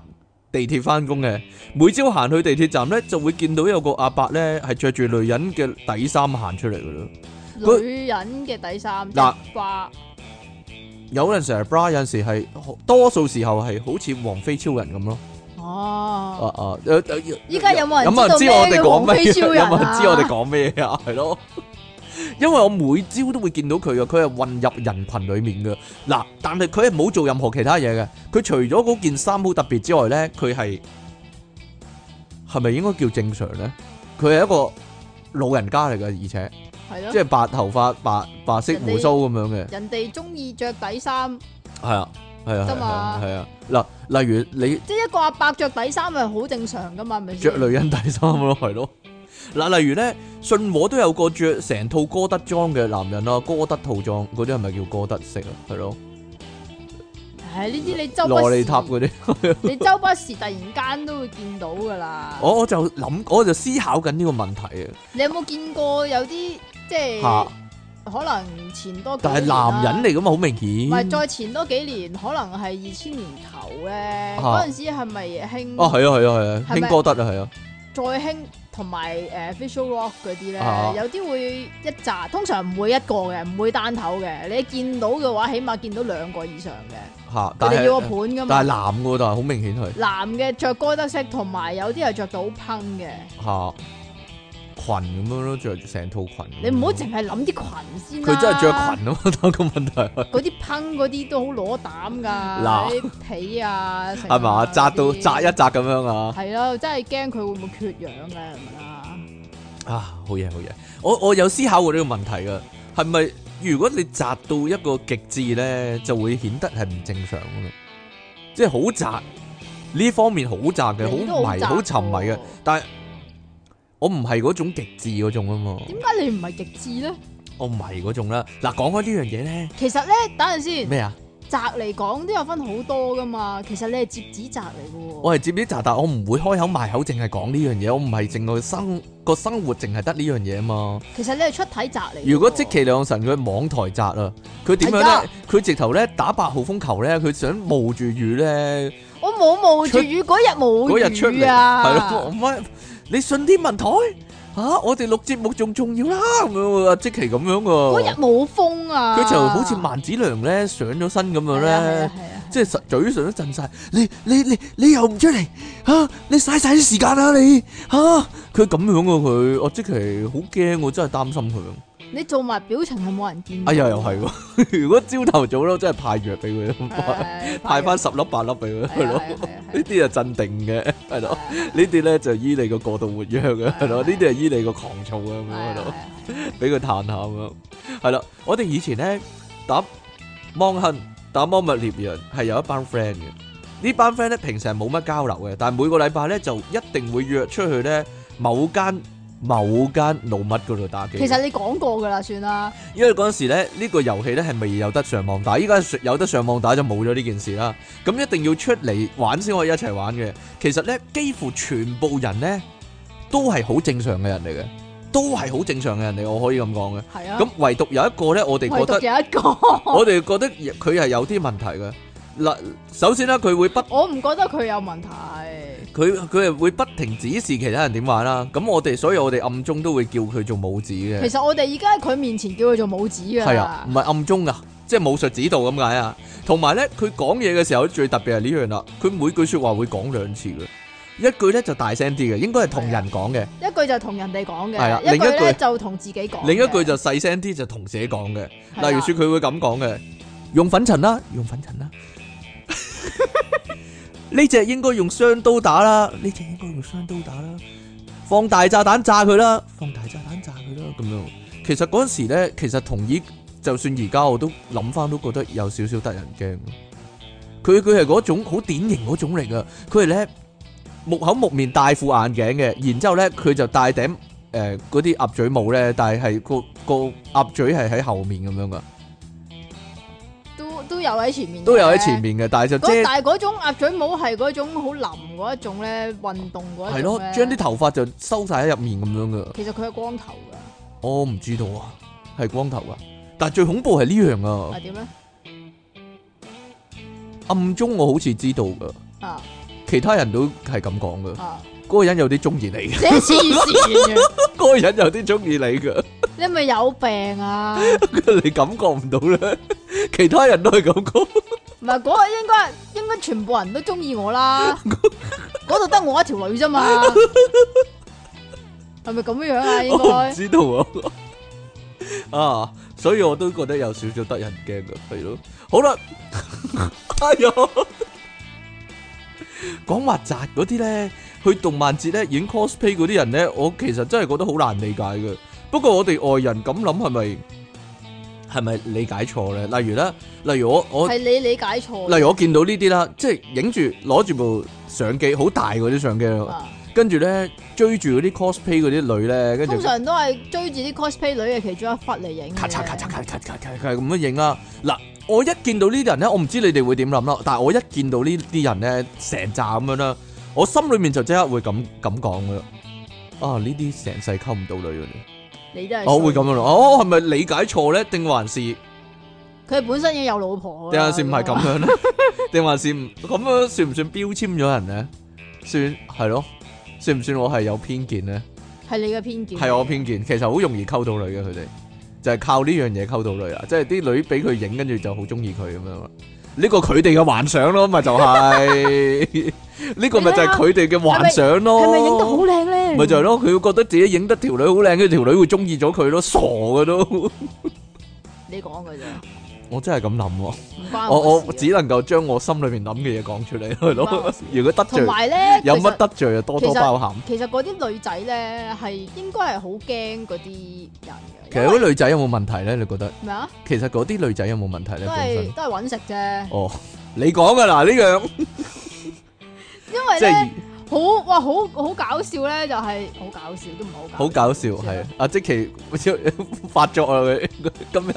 地鐵翻工嘅，每朝行去地鐵站咧，就會見到有個阿伯咧係着住女人嘅底衫行出嚟噶啦。佢
女人嘅底衫
嗱
嗱，花
有陣時係 bra，有陣時係多數時候係好似王菲超人咁咯。啊
哦，
啊！呃呃
依家有冇人
有冇人知
知
我
道
哋
咩叫
講
紅
咩？
飛超人
有冇
啊？
人知我哋講咩啊？係咯，因為我每朝都會見到佢嘅，佢係混入人群裡面嘅。嗱，但係佢係冇做任何其他嘢嘅。佢除咗嗰件衫好特別之外咧，佢係係咪應該叫正常咧？佢係一個老人家嚟嘅，而且
係咯，
即係白頭髮、白白色
人
胡
哋
鬚咁樣嘅。
人哋中意着底衫，
係啊，係啊，
啫
係啊
嘛，
係啊。嗱，例如你。
即係一個阿伯着底衫係好正常噶嘛，係咪
着
先？
女人底衫咯，係咯。嗱，例如咧，信和都有個着成套哥德裝嘅男人啦，哥德套裝嗰啲係咪叫哥德式啊？係咯，
唉，呢啲你周不
洛
時
麗塔嗰啲。
你周不時突然間都會見到噶啦。
我我就諗，我就思考緊呢個問題啊。
你有冇見過有啲即係
嚇！
可能前多幾
但係
年啦
男人嚟噶嘛，好明
唔係
顯。
再前多幾年，可能係二千年頭咧，
嚇
嗰陣時係咪興
哦，係啊，係啊，係啊，
係咪
興哥德啊，係啊，
再興同埋誒 visual rock 嗰啲咧
啊，
有啲會一紮，通常唔會一個嘅，唔會單頭嘅。你見到嘅話，起碼見到兩個以上嘅。
嚇！但
佢哋要個
係
盤噶
但係
嘛。
男噶，但係好明顯係
男嘅着哥德式，同埋有啲係着到好烹嘅。
嚇裙咁樣咯，着成套裙。
你唔好啊淨係諗啲裙先啦。
佢真係着裙啊嘛， 但個問題係
嗰啲烹嗰啲都好攞膽㗎，
嗱
啲皮啊，成啊
係嘛，扎到
嗰啲
扎一扎咁樣啊。
係咯，真係驚佢會唔會缺氧嘅，係咪啊？
啊，好嘢好嘢！我我有思考過呢個問題噶，係咪如果你窄到一個極致咧，就會顯得係唔正常噶啦，即係好窄呢方面好窄嘅，
你都
好迷
窄
好沉迷嘅
喎。
但係我唔係嗰種極致嗰種啊嘛，
點解你唔係極致咧？
我唔係嗰種啦。嗱，講開呢樣嘢咧，
其實咧，等陣先，
咩啊？
宅嚟講都有分好多噶嘛。其實你係摺紙宅嚟嘅喎。
我係接啲宅，但我唔會開口埋口，淨係講呢樣嘢。我唔係淨係生個生活，淨係得呢樣嘢啊嘛。
其實你係出體宅嚟嘅喎。
如果即其兩神佢網台宅啊，佢點樣
係啊
咧？佢直頭咧打八號風球咧，佢想冒住雨咧。
我冇冒住雨嗰日
嗰日出
冇雨
嚟
啊，
係咯，乜你信天文台吓、我哋錄節目仲重要啦，咁樣啊，即期咁樣
嗰日
噶，
冇風啊，
佢就好似萬子良咧上咗身咁樣
係啊係
咧
啊，係啊
即係實嘴唇都震晒，你你你你又唔出嚟吓、你嘥晒啲時間啦你吓，佢咁樣噶佢，我即期好驚，我真係擔心佢。啊
你做埋表情係冇人見到。
哎呀，又係喎， 如果朝頭早咯，真係派藥俾 佢 咯，
係，
派翻十粒八粒俾佢，係啊
係
咯
咯，，
呢啲就鎮定嘅，係咯。
呢
呢啲咧就醫你個過度 活躍嘅，係咯，
係啊
呢啲係醫你個狂躁嘅咁樣，係
係
咯，
啊
俾佢嘆下咁樣，係啦。我哋以前咧打芒亨、打魔物獵人係有一班 friend 嘅，呢班 friend 咧平時係冇乜交流嘅，但係每個禮拜咧就一定會約出去咧某間某間老乜嗰度打機。
其實你講過㗎啦，算啦。
因為嗰陣時咧，呢個遊戲咧係未有得上網打，依家有得上網打就冇咗呢件事啦。咁一定要出嚟玩先可以一齊玩嘅。其實咧，幾乎全部人咧都係好正常嘅人嚟嘅，都係好正常嘅人嚟，我可以咁講嘅。
係啊，
咁唯獨有一個咧，我哋覺
唯獨
得
有一個，
我哋覺得佢係有啲問題嘅。嗱，首先啦，佢會不
我唔覺得佢有問題。
佢佢係會不停指示其他人點玩啦。咁我哋所以我哋暗中都會叫佢做拇指嘅。
其實我哋而家喺佢面前叫佢做拇指㗎。
係啊，唔係暗中啊，即係武術指導咁解啊。同埋咧，佢講嘢嘅時候最特別係呢樣啦，佢每句说話會講兩次嘅，一句咧就大聲啲嘅，應該係同人講嘅，
一句就同人哋講
係啊
嘅，
另一
一
句
句咧就同自己講嘅。啊
另一句就細聲啲就同自己講嘅。
係啦
例如说佢會咁講嘅，用粉塵啦，用粉塵啦。 呢只應該用雙刀打啦，呢只應該用雙刀打啦。放大炸彈炸佢啦，放大炸彈炸佢啦，咁樣。其實嗰陣時咧，其實同意，就算而家我都諗翻都覺得有少少得人驚。佢佢係嗰種好典型嗰種嚟噶，佢係咧木口木面戴副眼鏡嘅，然之後咧佢就戴頂誒嗰啲鴨嘴帽咧，但係係個個鴨嘴係喺後面咁樣噶，
都都有喺前面嘅，
都有喺前面嘅，但係就
嗰。
遮
但係嗰種鴨嘴帽係嗰種好腍嗰一種咧，運動嗰一種
係咯，
咧
將啲頭髮就收晒喺入面咁樣噶。
其實佢係光頭
我唔知道啊，係光頭啊，但係最恐怖係呢樣
㗎，
啊
係，點咧？
暗中我好似知道噶，
啊
其他人都係咁講噶。
啊，
嗰個人有啲中意你 嘅，
你黐線嘅，
嗰個人有啲中意你嘅，
你係咪有病啊？
你感覺唔到咧， 其他人都係咁講。
唔係嗰個應該應該全部人都中意我 啦，嗰度得我一條女啫嘛，係咪咁樣啊？應
我唔
該
知道啊。 啊，所以我都覺得有少少得人驚噶，係咯。好啦， 哎呀，講話宅嗰啲咧，去動漫節咧演 cosplay 嗰啲人咧，我其實真係覺得好難理解嘅。不過我哋外人咁諗係咪係咪理解錯咧？例如咧，例如我我
係你理解錯
例如我見到呢啲啦，即係影住攞住部相機，好大嗰啲相機啦，
啊。
跟住咧追住嗰啲 cosplay 嗰啲女咧，跟住
通。常都係追住啲 cosplay 女嘅其中一忽嚟影嘅
咔嚓咔嚓咔嚓咔嚓咔嚓咁樣影啦。嗱，我一見到呢啲人咧，我唔知你哋會點諗啦，但係我一見到呢啲人咧，成扎咁樣啦，我心裏面就即刻會咁咁講噶啦。啊，呢啲成世溝唔到女嘅，
你都係
我會咁樣諗。哦，係咪理解錯咧？定還是定
衰，佢本身已經有老婆㗎啦
還是唔係咁樣咧？定還是唔咁樣算唔算標籤咗人咧？算係咯，算唔算我係有偏見咧？
係你嘅偏見，
係我偏見，其實好容易溝到女嘅佢哋，就係、靠呢樣嘢溝到女啊！即係啲女俾佢影，跟住就好中意佢咁樣啦。呢個佢哋嘅幻想咯，咪就係、呢個咪就係佢哋嘅幻想咯。
係咪影得好靚咧？
咪就係咯，佢會覺得自己影得條女好靚，跟住條女會中意咗佢咯，傻嘅都。
你講嘅啫，
我真係咁諗喎，
唔關
我
我
我
事
只能夠將我心裏面諗嘅嘢講出嚟，係
唔關我
咯
事。
如果得
啊。同
罪，
埋咧，
有
其實
乜得罪就多多
其實
包涵。
其實嗰啲女仔咧係應該係好驚嗰啲人嘅，
其
因
實
為
嗰啲女仔有冇問題咧？你覺得？
咩啊，
其實嗰啲女仔有冇問題
都
咧？本
係
身
都係揾食啫。
哦，你講噶啦呢樣，
因為
即係
咧好哇好好搞笑咧，就係好搞笑都唔係好
好搞笑，
算啦
係阿即奇發作啊！佢今日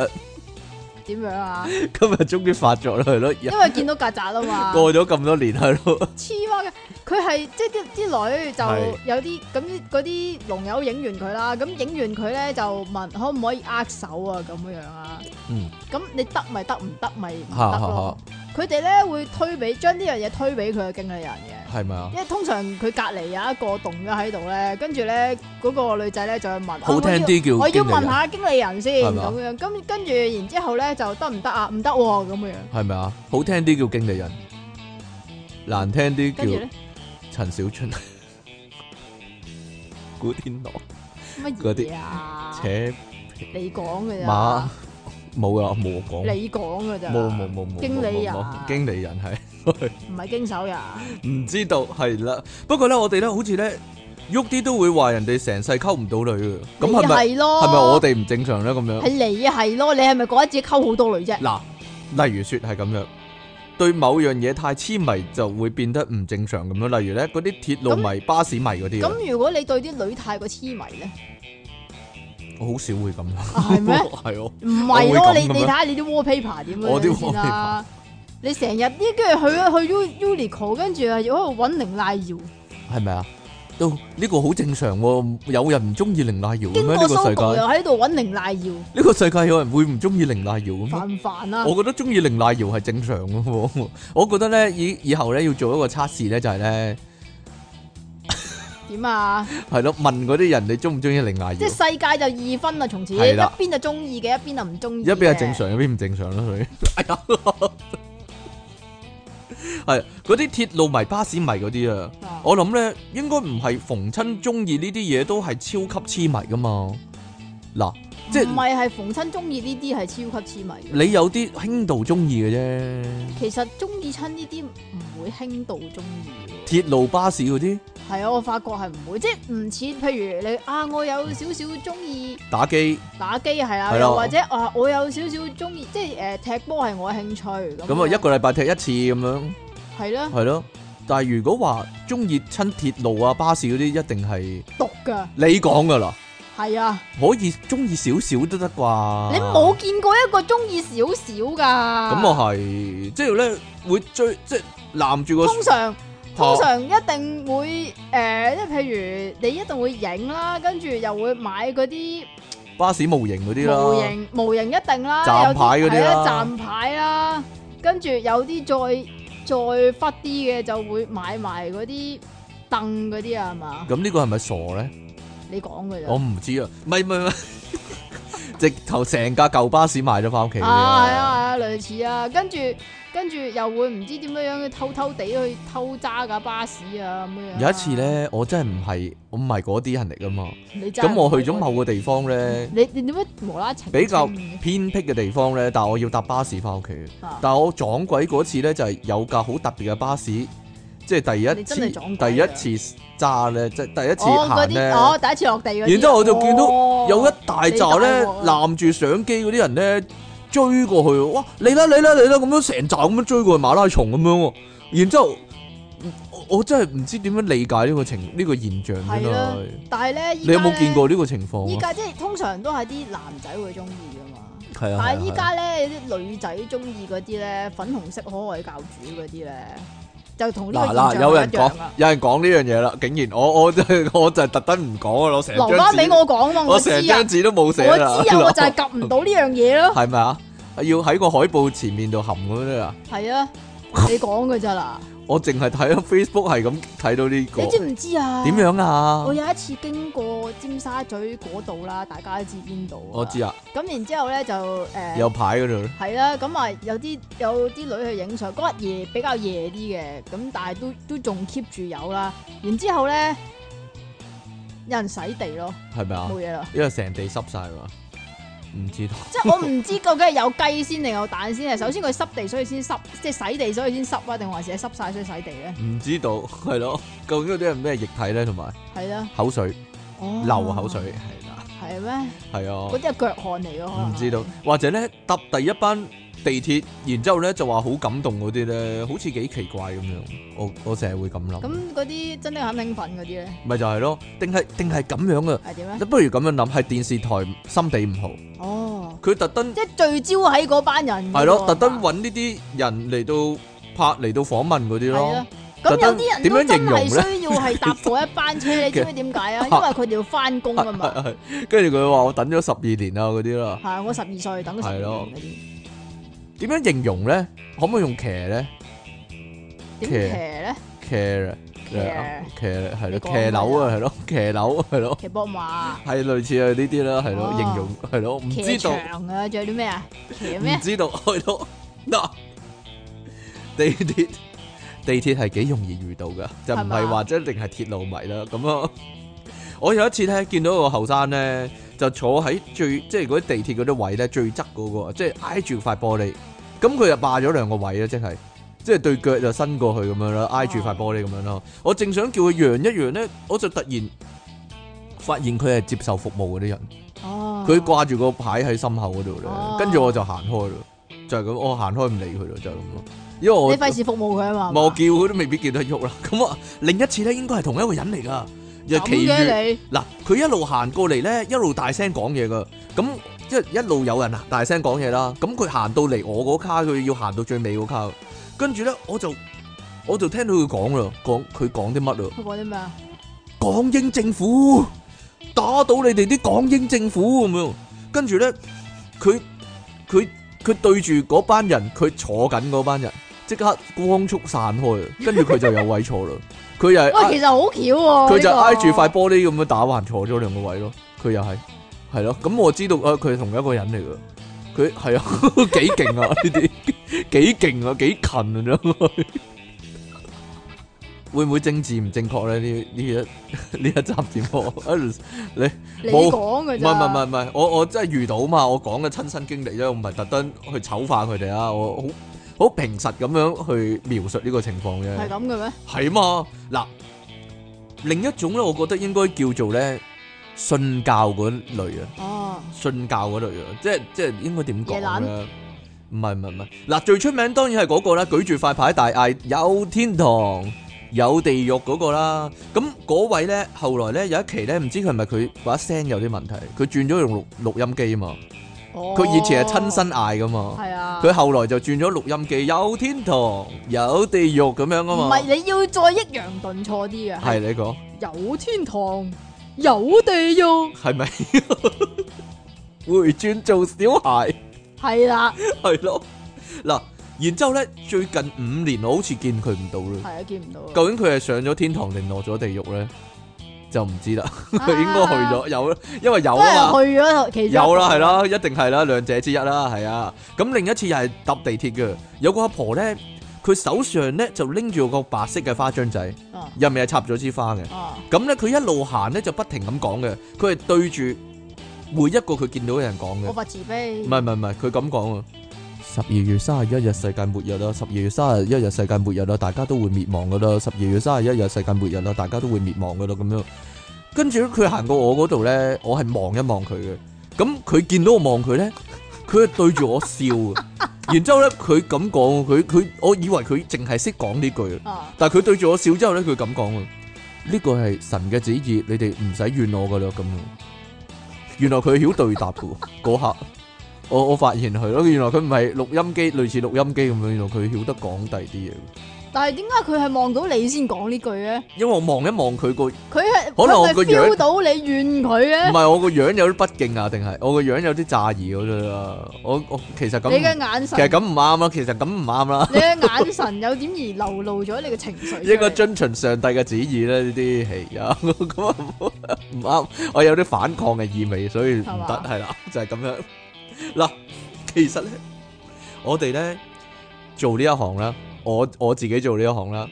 點樣 啊？
今日終於發作啦，係咯，
因為見到曱甴啊 嘛，
過咗咁多年係咯，
黐孖嘅。佢係即係啲啲女
係
就有啲咁啲嗰啲龍友影完佢啦，咁影完佢咧就問可唔可以握手啊咁樣樣啊？
嗯，
咁你得咪得，唔得咪唔
嚇
得
嚇
咯。
嚇，
佢哋咧會推俾將呢樣嘢推俾佢嘅經理人嘅，
係咪啊？
因為通常佢隔離有一個動咗喺度咧，跟住咧嗰個女仔咧就去問，啊
好聽啲叫
我要
經理
我要問
人
下經理人先
係嘛
咁樣，咁跟住然之後咧就得唔得啊？唔得喎咁樣，
係咪啊？好聽啲叫經理人，難聽
跟住
啲
咧
叫陳小春、古天樂、
乜
嗰啲
嘢啊？
扯
你講嘅
馬
咋？
冇啊，冇講，
你講嘅咋？
冇冇冇冇，冇
經理人
冇冇經理人係。
唔係經手人，
唔知道係啦，不過咧，我哋咧好似咧喐啲都會話人哋成世溝唔到女嘅，咁係咪
你係咯？
係咪我？哋唔正常咧？咁
係
樣
你係咯？你係咪覺得自己溝好多女啫？
嗱，例如說係咁樣，對某樣嘢太痴迷就會變得唔正常咁樣。例如咧，嗰啲鐵路迷、巴士迷嗰啲啊，
咁如果你對啲女太過痴迷咧，
我好少會咁樣。
啊係咩？
係哦，
唔
我
係咯，
會咁
你
嘅
你
咩
睇下你啲 wallpaper 點
我啲
樣先啦。你成日呢，跟住去去 U Uniqlo，跟住又喺度揾凌麗瑤，
係咪啊？都呢個好正常喎，有人唔中意凌麗瑤嘅
經
咩？
過啊
呢個
搜
世界
狗又喺度揾凌麗瑤，
呢個世界有人會唔中意凌麗瑤嘅咩？
煩唔煩 啊？
我覺得中意凌麗瑤係正常嘅喎， 我覺得咧以以後咧要做一個測試咧，就係咧
點啊？
係咯，問嗰啲人你中唔中意凌麗
即
瑤？
係世界就二分啦，啊從此一
係啦
邊就中意嘅，一邊就唔中意。
一邊係正，常，一邊唔正常咯，佢 哎呀，係嗰啲鐵路迷、巴士迷嗰啲啊，
啊
我諗咧應該唔係逢親中意呢啲嘢都係超級痴迷噶嘛。嗱，即
唔
係
係係逢親中意呢啲係超級痴迷嘅。
你有啲輕度中意嘅啫，
其實中意親呢啲唔會輕度中意嘅。
鐵路、巴士嗰啲
係啊，我發覺係唔會，即係唔似譬如你啊，我有少少中意。
打機
打機係
係
啦，
啦
又或者啊，我有少少中意，即係誒、踢波係我嘅興趣咁樣。
咁啊，一個禮啊拜踢一次咁樣。
係啦，
系咯，但系如果话中意亲铁路啊、巴士嗰啲，一定系
毒噶，
你讲噶啦，
係啊，
可以中意少少都得啩。
你啊冇見過一個中意少少噶。
啊咁我系，即系咧会追，即系揽住个
通常
哦
通常一定會誒，呃即、係譬如你一定會影啦，跟住又會買嗰啲
巴士模型嗰啲
模
啦，
型，模型一定啦，
站牌嗰啲啦
有係啊站牌啦，跟住有啲再再忽啲嘅就會買埋嗰啲凳嗰啲啊，係嘛？
咁呢个系咪傻咧？
你講嘅
我
啫。
唔知啊，唔系唔系唔系， 直头成架旧巴士賣咗翻屋企
啊，係
啊！
啊，係啊，類似啊，跟住跟住又會唔知點樣樣偷偷地去偷揸架巴士啊咁樣。
有一次，咧，我真系唔系，我唔系嗰啲人嚟噶嘛。
你揸
咁我去咗某個地方咧，
啊你你點解無啦啦澄清
比較
嘅
偏僻嘅地方咧，但系我要搭巴士翻屋企。
啊
但我撞鬼嗰次咧，就係、有架好特別嘅巴士，即係第一
你
次
真係撞鬼
第
啊
一次揸咧，即係第一次
哦嗰
行咧，
啲哦第一次落地嗰啲。
然之後我就見到
哦
有一大扎咧
你大鑊啊
攬住相機嗰啲人咧追過去喎，哇！你啦你啦你啦咁樣成扎咁樣追過去馬拉松咁樣喎，然之後我我真係唔知點樣理解呢個情呢、個現象真
係啦
係。
但係咧，依
你有冇
家
見
咧？
過呢個情況
依
啊？
家即係通常都係啲男仔會中意噶嘛。
係啊，
但係
係
依
啊
家咧，有啲女仔中意嗰啲咧，粉紅色可愛教主嗰啲咧，就同呢個
嗱
現象
嗱，有
係
人
一
講
樣啊，
有人講呢樣嘢啦，竟然我 我就我就特登唔講啊，攞成張
留翻俾
紙
我講嘛，
我
我知
成
啊
張。紙都冇寫
我知
啦。
啊，我就係及唔到呢樣嘢咯。
係咪啊？要喺個海報前面度含咁樣啊！
係啊，你講嘅咋嗱？
我淨係睇咗 Facebook 係咁睇到呢、個
你知唔知啊？
點？樣啊
我？有一次經過尖沙咀嗰度啦，大家都知邊度。
我知
啊。
啊，
咁然之後咧就誒
有。牌嗰度，
係啦，咁啊有啲有啲女去影相，嗰日夜比較夜啲嘅，咁但係都都仲 keep 住有啦。然之後咧，有人洗地咯，
係咪啊
冇？嘢啦。
因為成地濕晒嘛，唔知道。
即係我唔知究竟係有雞先定有蛋先，係首先佢濕地所以先濕，即係洗地所以先濕啊，定還是係濕晒所以洗地咧？
唔知道， 係咯？究竟嗰啲係咩液體咧？同埋
係啦，
口水，
哦，
流口水，係啦，
係咩？
係
嗰
啊，
啲係腳汗嚟嘅，可能
唔知道。或者咧搭第一班地鐵，然之後咧就話好感動嗰啲咧，好似幾奇怪咁樣。我我成日會咁諗，
咁嗰啲真係很興奮嗰啲咧，
咪就係咯，定係定係咁樣啊？
係點
你
咧？
不如咁樣諗，係電視台心地唔好，
哦，
佢特登
即係聚焦喺嗰班人嗰度，
係咯，特登
係嘛
揾呢啲人嚟到拍嚟到訪問嗰啲
係
咯
啊。。咁有啲人都
特登點樣
真
形容
係
呢
需要係搭嗰一班車，你知 唔知點解啊？因為佢哋要翻工啊嘛。
係係跟住佢話我等咗十二年啦嗰啲啦，
係我十二歲等咗十二
係
年
咯
嗰啲，
點樣形容咧？可唔可以用騎咧？
點騎咧？
騎咧，
騎
騎咧，係咯，
你講
騎樓啊，係咯，騎樓啊係咯，
騎膊馬、
係類似啊呢啲啦，係咯，
哦
形容係咯，唔
騎
知道，
牆啊，仲有啲咩啊？騎咩
唔？知道，係咯， 嗱，地鐵。地鐵係幾容易遇到噶，就唔
係
係
嘛
話即係一定係鐵路迷啦。咁啊，我有一次咧見到個後生咧，就坐喺最即係嗰啲地鐵嗰啲位咧最側嗰、個，即係挨住塊玻璃。咁佢就霸咗兩個位啦，即係即係對腳就伸過去咁樣啦，挨住塊玻璃咁樣咯。我正想叫佢讓一讓咧，我就突然發現佢係接受服務嗰啲人，
哦，
佢掛住個牌喺心口嗰度咧
哦，
跟住我就行開咯，就係咁，我行開唔理佢咯，就係咁咯。因為我
你費事服務佢啊嘛？
我叫佢都未必見得喐啦。咁啊，另一次咧應該係同一個人嚟噶，又
咁
奇遇
嘅你
嗱，佢一路行過嚟咧，一路大聲講嘢噶。咁即係一路有人啊，大聲講嘢啦。咁佢行到嚟我嗰卡，佢要行到最尾嗰卡。跟住咧，我就我就聽到佢講啦，講佢講啲乜咯？
佢講啲咩啊？
港英政府打倒你哋啲港英政府咁樣。跟住咧，佢佢佢對住嗰班人，佢坐緊嗰班人，即刻光速散開，跟住佢就有位坐啦。佢又係啊
喂，其實好巧喎，
佢就
哦呢個
挨住塊玻璃咁樣打橫坐咗兩個位咯，佢又係係咯，咁我知道啊，佢係同一個人嚟噶，佢係啊 幾勁啊呢啲，幾勁啊幾近啊真係，會唔會政治唔正確咧？呢呢一 呢一集節目，啊你
你
冇
講
唔
嘅
係
咋？
唔係唔係，我我真係遇到嘛，我講嘅親身經歷啫，我唔係特登去醜化佢哋啊，我好好平實咁樣去描述呢個情況啫。
係咁嘅咩？
係嘛？嗱，另一種咧，我覺得應該叫做咧信教嗰類啊，
哦，
信教嗰類啊，即係即係應該點
夜
講
懶
咧？唔係唔係唔係，嗱最出名當然係嗰個啦，舉住塊牌大嗌有天堂有地獄嗰個啦。咁嗰位咧，後來咧有一期咧，唔知佢係咪佢把聲有啲問題，佢轉咗用錄錄音機啊嘛，佢以前係親身嗌噶嘛，
係啊，
佢後來就轉咗錄音機，有天堂有地獄咁樣啊
唔
嘛。
係你要再抑揚頓挫啲嘅，
係你講。
有天堂有地獄，
系咪回转做小孩？
係啦，
系咯，嗱，然之后咧，最近五年我好似见佢唔到啦。
係啊，見唔到啊。
究竟佢系上咗天堂定落咗地狱咧？就唔知啦。
啊
佢应该去咗有，因为有
都係
啊嘛，
去咗其中一個
有啦系，啦，一定系啦，两者之一啦，系啊。咁另一次又系搭地铁嘅，有个阿婆咧，佢手上咧就拎住个白色嘅花樽仔，
啊
入面系插咗支花嘅。
啊
咁咧，佢一路行咧就不停咁講嘅，佢係對住每一個佢見到嘅人講嘅
我。發慈悲，
唔係唔係唔係，佢咁講啊！十二月三十一日世界末日啦，十二月三十一日世界末日啦，大家都會滅亡噶啦，十二月三十一日世界末日啦，大家都會滅亡噶啦咁樣。跟住咧佢行過我嗰度咧，我係望一望佢嘅。咁佢見到我望佢咧，佢係對住我笑啊！然之後咧，佢咁講，佢佢我以為佢淨係識講呢句啊。
啊
但係佢對住我笑之後咧，佢咁講喎，呢個係神嘅旨意，你哋唔使怨我噶啦咁樣。原來佢曉對答 嘅喎嗰刻，我我發現係咯，原來佢唔係錄音機，類似錄音機咁樣，原來佢曉得講第啲嘢。
但係點解佢係望到你先講呢句咧？
因為我望一望佢個，唔
佢係
可能我
佢
個
咪
樣
feel 到你怨佢咧？
係我個樣有啲不敬啊，定係我個樣有啲詐意嗰啲啦。我我其實咁
你嘅
唔，
眼
其
神
實，咁唔啱啦，其實咁唔啱啦。
你嘅眼神有點而流露咗你嘅情緒出嚟。
應該遵循上帝嘅旨意啦，呢啲係啊， 咁啊唔啱，我有啲反抗嘅意味，所以唔
係
得
嘛，
係啦，就係咁樣。嗱，其實咧，我哋咧做呢一行啦，我我自己做呢一行啦，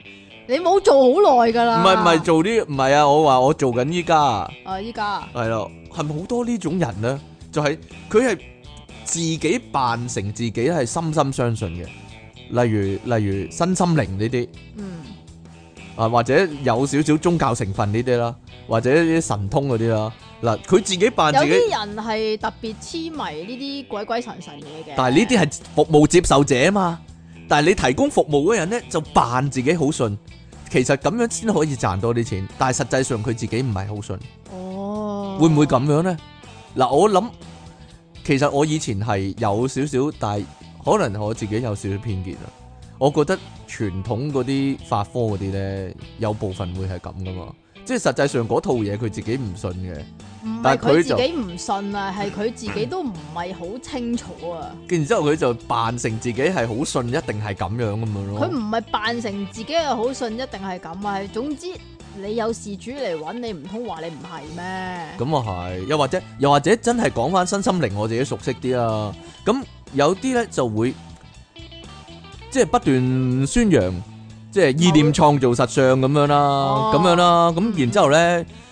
你冇做好耐㗎
唔
啦。
係唔係做呢，唔係啊，我話我做緊依家啊
Ờ, 啊！依家啊
係咯，係咪好多呢種人咧？就係佢係自己扮成自己係深深相信嘅。例如例如身心靈呢啲
嗯，
啊，或者有少少宗教成分呢啲啦，或者啲神通嗰啲啦。嗱，佢自己扮
有
自己，
啲人係特別痴迷呢啲鬼鬼神神嘢嘅。
但係呢啲係服務接受者啊嘛。但係你提供服務嗰人呢，就扮自己好信，其實咁樣先可以賺多啲錢。但係實際上佢自己唔係好信。
哦，
會唔會咁樣呢？嗱，我諗其實我以前係有少少，但係可能我自己有少少偏見啦。我覺得傳統嗰啲法科嗰啲呢，有部分會係咁噶嘛，即係實際上嗰套嘢佢自己唔信嘅，
唔
但係
係
佢
佢自
就
己唔信啊，係佢自己都唔係好清楚啊。
跟住之後佢就扮成自己係好信，一定係咁樣咁樣
佢
咯。
唔係扮成自己係好信，一定係咁啊。係總之你有事主嚟揾你，唔通話你唔係咩？
咁啊係，又或者又或者真係講翻身心靈，我自己熟悉啲啊。咁有啲呢就會即係不斷宣揚，即係意念創造實相咁樣啦
哦，
咁樣啦。咁然之後呢，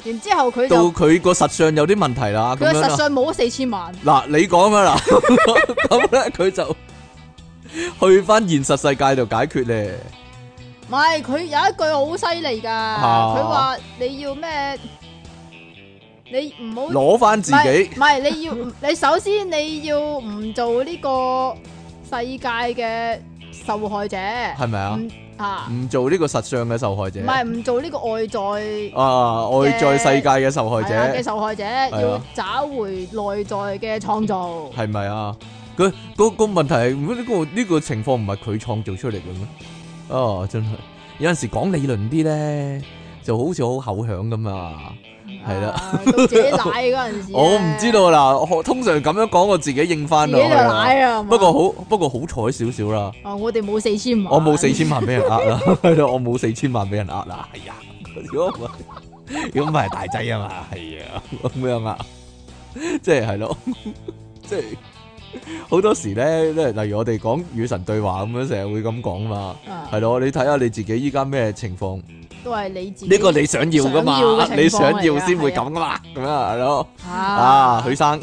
然之後佢
到
就
佢個實相有啲問題啦，咁
佢嘅
樣
實
啦。
信冇咗四千萬。
嗱， 你講啦啦，咁呢，佢就去翻現實世界度解決咧。
唔係佢有一句好犀利㗎，
啊
佢話你要咩？你唔好
攞翻自
唔係
己
唔係 你要你首先你要唔做呢個世界嘅受害者
係咪啊？
唔啊，
唔做呢個實相嘅受害者
唔，係唔做呢個外在
啊，外在世界嘅受害
係啦
者
嘅。受害者，
啊
要找回內在嘅創造。
系咪啊？佢個個問題係呢、個呢、個情況唔係佢創造出嚟嘅咩？哦，真係有陣時講理論啲咧，就好似好口響咁啊！係啦
啊，到自己奶嗰陣 時咧，
我唔知道啦，我通常咁樣講，我自己應
自
翻
己
落
就
去啊。
奶啊。係嘛
不過好不過好彩少少啦，
啊，我哋冇四千 萬，
我冇四千萬俾人呃啦， 係咯，我冇四千萬俾人呃啦，係啊，如果唔係，如果唔係大劑啊嘛，係啊，咁樣啊，即係係咯， 即係好多時咧，即係例如我哋講與神對話咁樣，成日會咁講嘛，
啊
係咯，你睇下你自己依家咩情況，呢
都係你自己
個你想要噶嘛
想要嘅，情況
你想要
嚟㗎
先會
係
咁
啊
噶嘛，咁樣係咯，
啊
啊，許生，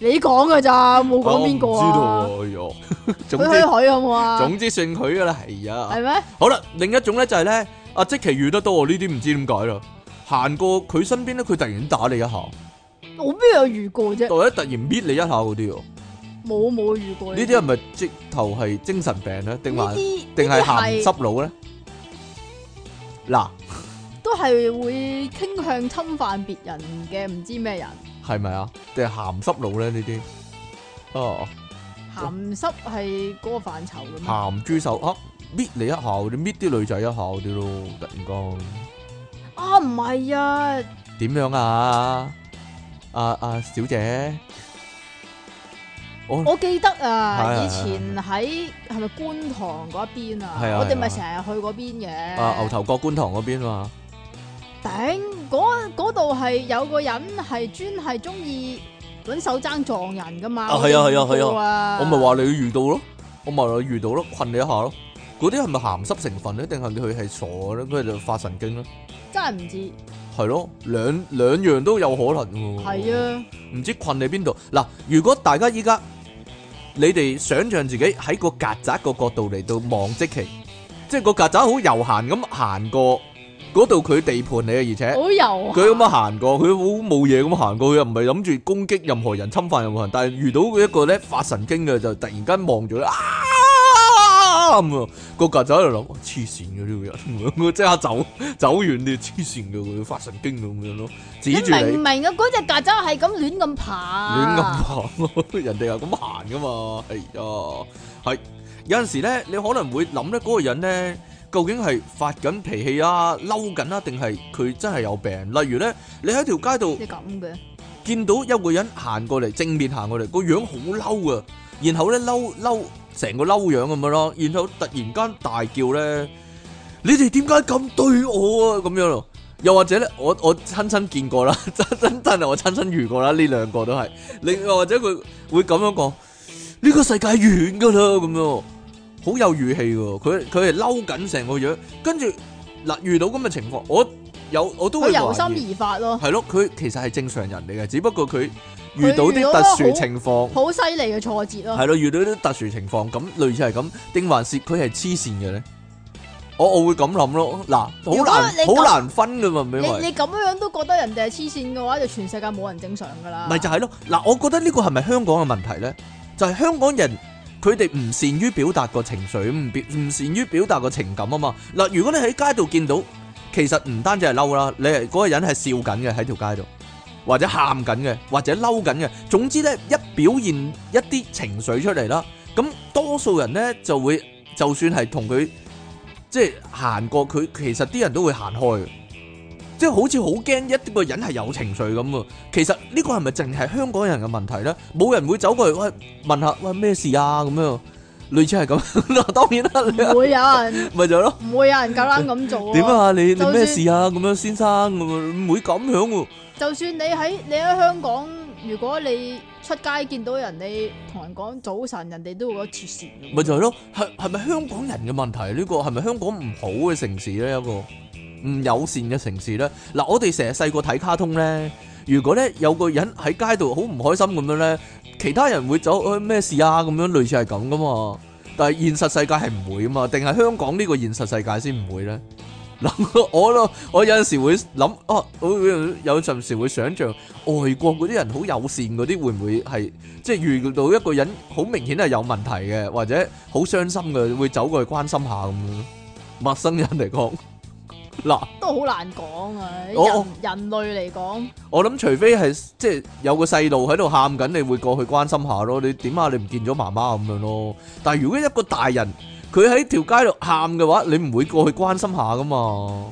你講噶咋，冇
我
講
唔
邊個啊？
知道喎，哎喲總
佢許
之
許好唔好啊？
總之信佢噶啦，係啊。
係咩？
好啦，另一種咧就係咧，阿即奇遇得多，我呢啲唔知點解啦。行過佢身邊咧，佢突然打你一下，或
我邊有遇過啫？
者突然搣你一下嗰啲喎。呢
冇冇遇過
啲係咪直頭係精神病咧？定話
呢啲
定係
呢
鹹
啲
濕佬咧？嗱，
都係會傾向侵犯別人嘅唔知咩人。
係咪啊？定係鹹濕佬咧？呢啲哦，
鹹濕係嗰個範疇嘅咩？
鹹豬手啊，搣你一下嗰啲，搣啲女仔一下嗰啲咯，突然間
啊，唔係啊，
點樣啊？啊啊，小姐，我
我記得
係係
啊，
係
以前喺係咪觀塘嗰一邊啊
係啊？
我哋
係啊
咪成日去嗰邊嘅。
啊牛頭角觀塘嗰邊嘛。
頂嗰嗰度係有個人係專係中意揾手踭撞人噶嘛？
啊係啊係啊係啊
我哋遇過啊！
我咪話你遇到咯，我咪話你遇到咯，困你一下咯。嗰啲係咪鹹濕成分咧？定係佢係傻咧？佢就發神經咧？
真係唔知
係咯，兩兩樣都有可能喎。
係，啊，
唔知困你邊度嗱？如果大家依家你哋想象自己喺個曱甴個角度嚟到望即期，即係個曱甴好悠閒咁行過嗰度，佢地盤嚟嘅，而且。
好 油
佢咁樣行過，佢好冇嘢咁行過，佢又唔係諗住攻擊任何人、侵犯任何人，但係遇到一個咧發神經嘅就突然間望住佢啊咁啊，個曱甴喺度諗哇黐線嘅呢個人，我即刻走 走遠啲，黐線嘅佢發神經咁樣咯，指
你
住你
明唔明啊？嗰只曱甴係咁亂咁爬，
亂咁行， 人哋又咁行噶嘛，係啊，係有陣時咧，你可能會諗咧，嗰個人咧究竟係發緊脾氣啊、嬲緊啊，定係佢真係有病？例如咧，你喺條街度。
你咁嘅，
見到有個人行過嚟，正面行過嚟，個樣好嬲啊！然後咧嬲嬲成個嬲樣咁樣咯，然後突然間大叫咧：你哋點解咁對我啊？咁樣咯。又或者咧，我我親身見過啦，真真真係我親身遇過啦，呢兩個都係。另外或者佢會咁樣講：呢個世界完㗎啦，咁樣好有語氣喎。佢佢係嬲緊成個樣，跟住嗱遇到咁嘅情況，我有我都
佢
會
由
懷疑。
心而發咯，
係咯，佢其實係正常人嚟嘅，只不過佢遇
佢
到
遇
啲
到
特殊
好
情況，
好犀利嘅挫折咯
係。咯，遇到啲特殊情況，咁類似係咁，定還是佢係黐線嘅咧？我我會咁諗咯，嗱，
如果
好難
你
好
咁
難分噶嘛，
你
因為。
你咁樣都覺得人哋係黐線嘅話，就全世界冇人正常噶啦。
咪就係咯，嗱，我覺得呢個係咪香港嘅問題呢？就係、香港人佢哋唔善於表達個情緒，唔表唔善於表達個情感啊嘛。嗱，如果你喺街度見到，其實唔單止係嬲啦，你係嗰個人係笑緊嘅喺條街度，或者喊緊嘅，或者嬲緊嘅，總之呢，一表現一啲情緒出嚟啦，咁多數人呢就會就算係同佢即係行過佢，其實啲人都會行開嘅。即係好似好驚一個人係有情緒咁啊！其實呢個係咪淨係香港人嘅問題咧？冇人會走過去喂問下喂咩事啊咁樣，類似係咁。 嗱當然啦，你啊
唔會有 人
咪就係咯，
唔會有人夠膽咁做
點？啊你你
就算
咩事啊咁樣先生咁樣唔會咁樣喎。
就算你喺你喺香港，如果你出街見到人，你同人講早晨，人哋都會覺得黐線 嘅。
咪就係咯，係係咪香港人嘅問題？呢個係咪香港唔好嘅城市呢？一個唔友善嘅城市呢？嗱，我哋成日細個睇卡通呢，如果呢有個人喺街度好唔開心咁樣呢，其他人會走哎咩事啊咁樣，類似係咁噶嘛。但係現實世界係唔會啊嘛，定係香港呢個現實世界先唔會呢？嗱，我咯，我有陣時會諗，哦、我會有陣時會想像外國嗰啲人好友善嗰啲，會唔會係即係遇到一個人好明顯係有問題嘅，或者好傷心嘅，會走過去關心下咁樣。陌生人嚟講，嗱，
都好難講啊！人
我
人類嚟講，
我諗除非係即係有個細路喺度喊緊，你會過去關心下咯。你點啊？你唔見咗媽媽咁樣咯。但係如果一個大人佢喺條街度喊嘅話，你唔會過去關心下噶嘛？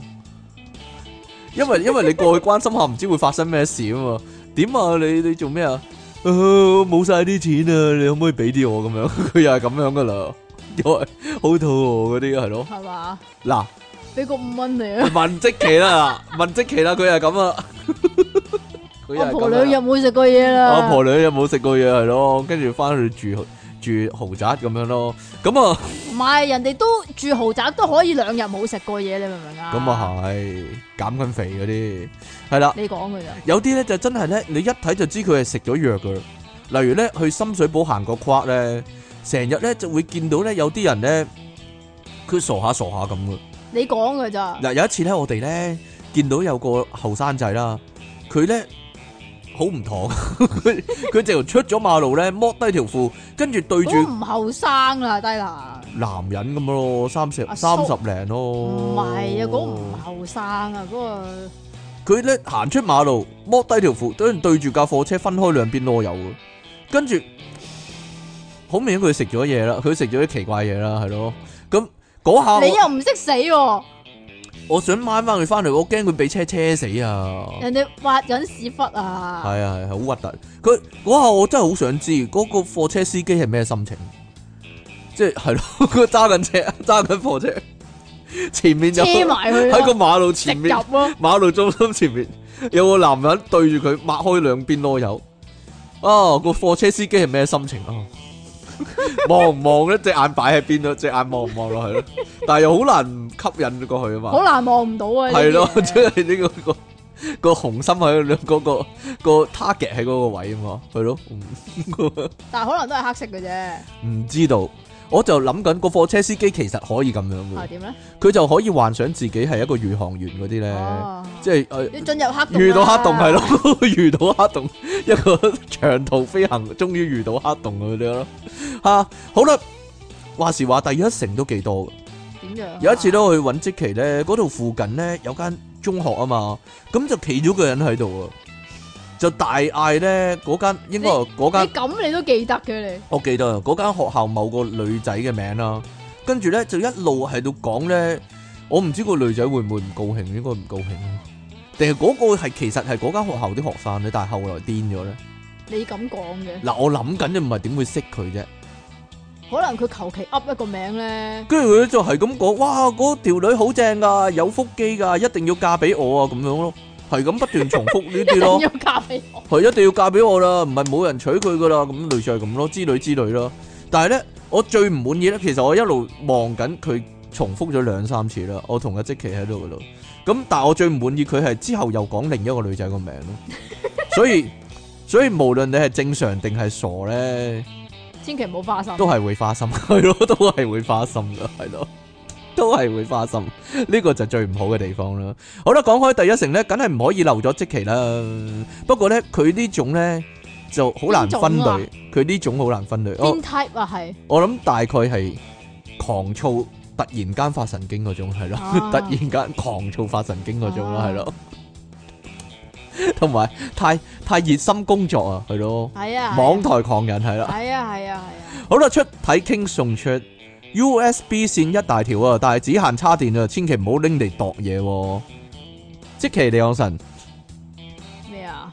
因為因為你過去關心下，唔知會發生咩事啊嘛？點啊？你你做咩啊？啊冇晒啲錢啊！ 你可唔可以俾啲我咁樣？佢又係咁樣噶啦，因為好肚餓嗰啲係咯。
係嘛？
嗱。
俾個五 蚊你啊！
問即期啦，問即期啦，佢係咁啊，佢又
阿
係
婆
咁
兩日
啊
冇食過嘢啦。
阿婆兩日冇食過嘢係咯，跟住翻去住住豪宅咁樣咯，咁啊
唔係人哋都住豪宅都可以兩日冇食過嘢，你明唔明啊？
咁啊係減緊肥嗰啲係啦，
你講嘅咋？
有啲咧就真係咧，你一睇就知佢係食咗藥噶啦。例如咧去深水埗行個跨咧，成日咧就會見到咧有啲人咧，佢傻下傻下咁嘅。
你講嘅咋？
嗱，有一次咧，我哋咧見到有個後生仔啦，佢咧好唔妥，佢佢直頭出咗馬路咧，剝低條褲，跟住對
都
住
唔後生啦，低能。
男人咁咯，三十
阿叔
三十零咯，
唔係啊，嗰個唔後生啊，嗰個
佢咧行出馬路，剝低條褲，跟住對住架貨車分開兩邊攞油嘅，跟住好明顯佢食咗嘢啦，佢食咗啲奇怪嘢啦，係咯，咁嗰下
你
我
又唔識死喎，
我想掹翻佢翻嚟，我驚佢俾車車死啊！
人哋挖緊屎忽啊！
係啊係啊，好核突！佢嗰下我真係好想知嗰、個貨車司機係咩心情，即係係咯， 佢揸緊車，揸緊貨車，前面有
車埋
喺
佢
個
咯，
馬路
直
前面，
入咯，
馬路中心前面有個男人對住佢擘開兩邊囉柚。哦，個貨車司機係咩心情啊？ 望唔望咧？隻眼擺喺邊咯，隻眼望唔望落去咯？但係又好難唔吸引過去啊嘛。
好難望唔到啊！
係咯，
呢啲
即
嘢
係呢個個個紅心喺兩嗰個個 target 喺嗰個位啊嘛，係咯，唔
但係可能都係黑色嘅啫，
唔知道，我就諗緊個貨車司機其實可以咁樣
係
嘅，
點咧？
佢就可以幻想自己係一個宇航員嗰啲咧，
哦，
即係誒
你進入黑洞 啦
遇到黑洞係，咯， 遇到黑洞一個長途飛行，終於遇到黑洞咁樣咯，吓、好啦，話時話第一城都幾多嘅。
點樣啊？
有一次咧，我去揾即奇咧，嗰度附近咧有間中學啊嘛，咁就企咗個人喺度啊，就大嗌咧嗰間應該係嗰
你
間，
咁你都記得嘅你，
我記得啊嗰間學校某個女仔嘅名啦，跟住咧就一路喺度講咧，我唔知個女仔會唔會唔高興，應該唔高興啊，定係嗰個係其實係嗰間學校啲學生咧，但係後來癲咗咧。
你咁講嘅，
嗱，我諗緊就唔係點會識佢啫。
可能佢求其噏一個名咧，
跟住佢就係咁講，哇！嗰條女好正噶，有腹肌噶，一定要嫁俾我啊！咁樣咯，係咁不斷重複呢
一
啲
定
咯，
要嫁俾我。
係一定要嫁俾我啦，唔係冇人娶佢噶啦，咁類似係咁咯，之類之類咯。但係咧，我最唔滿意咧，其實我一路望緊佢重複咗兩三次啦。我同阿積奇喺度嗰度，咁但我最唔滿意佢係之後又講另一個女仔個名咯。所以所以無論你係正常定係傻咧，
千祈唔好花心。
都係會花心， 係咯，都係會花心噶，係咯。都係會花心，呢、個就最唔好嘅地方啦。好啦，講開第一城呢，梗係唔可以漏咗即期啦。不過呢，佢呢種呢就好難分
邊種啊
類，佢呢種好難分類。我
邊 type 啊係？
我諗大概係狂躁，突然間發神經嗰種係咯，
啊
突然間狂躁發神經嗰種啦，
啊
係咯。同埋太太熱心工作啊，係咯，
係啊，
網台狂人係啦。
係啊係啊係啊，
好啦，出體傾送出 USB 線一大條啊，但係只限叉電啊，千祈唔好拎嚟度嘢喎。即其李昂臣
咩啊？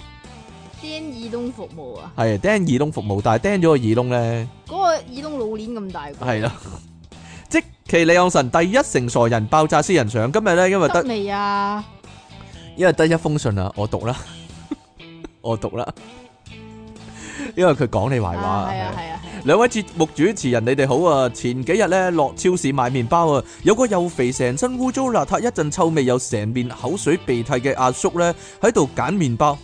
癲耳窿服務啊，
係釘耳窿服務，但係釘咗個耳窿咧，
嗰個耳窿老鏈咁大個，
係啦。 即其李昂臣第一成傻人爆炸私人相，今日咧因為
得
得
未啊？
因為得一封信啊，我讀啦， 我讀啦，因為佢講你壞話
啊
啊。
係
係啊
啊係啊係啊，
兩位節目主持人，你哋好啊！前幾日呢，落超市買麵包啊，有個又肥成身污糟邋遢，一陣臭味又成面口水鼻涕嘅阿叔呢，喺度揀麵包，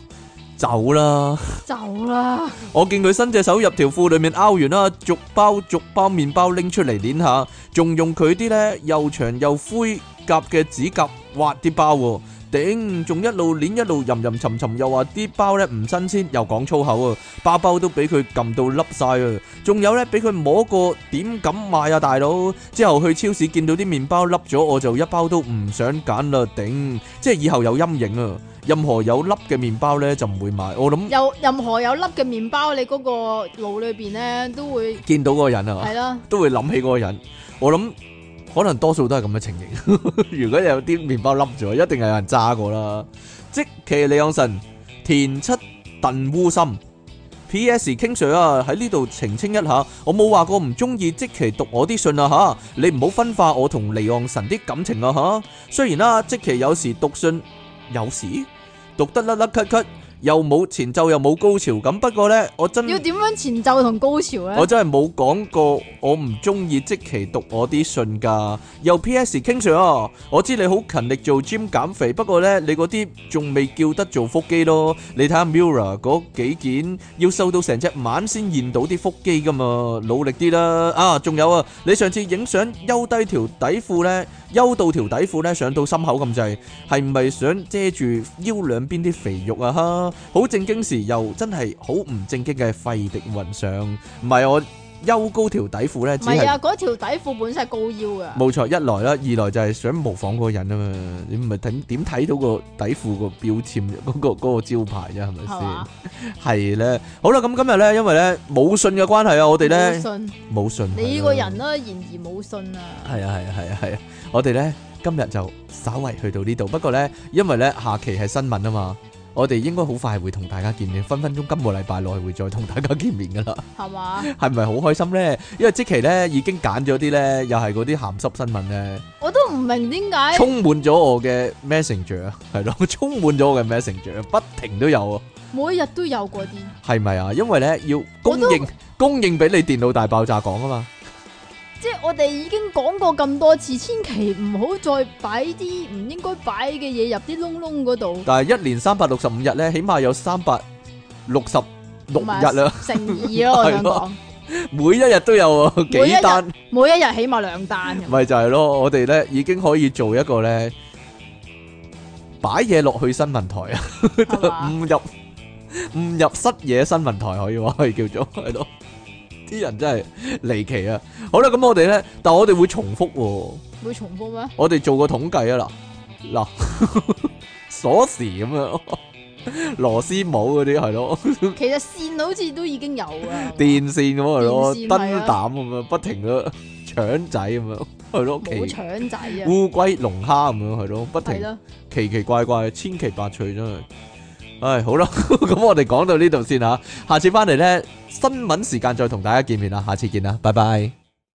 走啦！
啊走啦，
我見佢伸隻手入條褲裏面拗完啦，逐包逐包麵包拎出嚟捏下，仲用佢啲呢又長又灰甲嘅指甲挖啲包喎。頂，仲一路捏一路吟吟沉沉，又話啲包呢唔新鮮，又講粗口啊！包包都俾佢撳到凹晒啊！仲有呢，俾佢摸過，點敢買啊，大佬！之後去超市見到啲麵包凹咗，我就一包都唔想揀啦，頂！即係以後有陰影啊！任何有凹嘅麵包呢，就唔會買，我諗
有任何有粒嘅麵包，你嗰個腦裏邊咧都會
見到嗰個人啊。
係啦，
都會諗起嗰個人。我諗可能多數都係咁嘅情形。 如果有啲麵包凹咗，一定係有人揸過啦。即其李昂臣田七鄧烏心。P.S. King Sir 啊，喺呢度澄清一下，我冇話過唔中意即其讀我啲信啊吓，你唔好分化我同離岸神啲感情啊吓。雖然啦、即其有時讀信，有時讀得甩甩咳咳，又冇前奏又冇高潮咁，不過呢，我真
要點樣前奏同高潮咧
我？真係冇講過，我唔中意即期讀我啲信㗎。又 P.S. King Sir 啊，我知你好勤力做 gym 減肥，不過呢，你嗰啲仲未叫得做腹肌咯。你睇下 Mirror 嗰幾件，要瘦到成隻蜢先現到啲腹肌㗎嘛，努力啲啦。啊，仲有啊，你上次影相休低條底褲呢，休到條底褲呢，上到心口咁滯，係咪想遮住腰兩邊啲肥肉啊？哈，好正經時又真係好唔正經嘅費迪雲上，唔係我休高條底褲呢，
唔
只係
係。啊，嗰條底褲本身係高腰噶，
冇錯，一來啦，二來就係想模仿嗰個人啊嘛，你唔係睇點睇到個底褲個標籤啫，嗰、個嗰個招牌啫，係
係嘛
咪？先？係咧，好啦，咁今日咧，因為咧冇信嘅關係啊，我哋咧
冇信
冇信，係
你
啊
呢
啦
個人啦，言而冇信啊，
係啊係啊係啊係啊，我哋咧今日就稍為去到呢度，不過咧，因為咧下期係新聞啊嘛，我哋應該好快會同大家見面，分分鐘今個禮拜內會再同大家見面噶啦。
係嘛？
係咪好開心咧？因為即期咧已經揀咗啲咧，又係嗰啲鹹濕新聞咧。
我都唔明點 解
充滿咗我嘅 messenger 啊，係咯， 充滿咗我嘅 messenger，不停都有啊，
每日都有嗰啲。
係咪啊？因為咧要供
我都
應供應俾你電腦大爆炸講啊嘛，
即係我哋已經講過咁多次，千祈唔好再擺啲唔應該擺嘅嘢入啲窿窿嗰度，
但係一年三百六十五日咧，起碼有三百六十六
同埋
日啊啦，
乘二 咯，我想講，
每一日都有 啊，
每一日
幾單
每一日起碼兩 單咁。
咪就係咯，我哋咧已經可以做一個咧擺嘢落去新聞台啊。
係 嘛
誤入誤入失野新聞台可以話係叫做 係咯，啲人真係離奇啊！好啦，咁我哋咧，但我哋會重複喎，
會重複咩？
我哋做個統計啊嗱嗱 鎖匙咁樣， 螺絲帽嗰啲係咯，
其實線好似都已經有啊啦，
電線咁係咯，
電
燈
線係啊
膽咁樣不停咁搶仔咁樣係咯，
冇
奇
腸仔啊，
烏龜龍蝦咁樣係咯，不停
係。咯，
奇奇怪怪，千奇百趣真係。唉，好啦， 咁我哋講到呢度先吓，下次翻嚟呢，新聞時間再同大家見面啦，下次見啦，拜拜。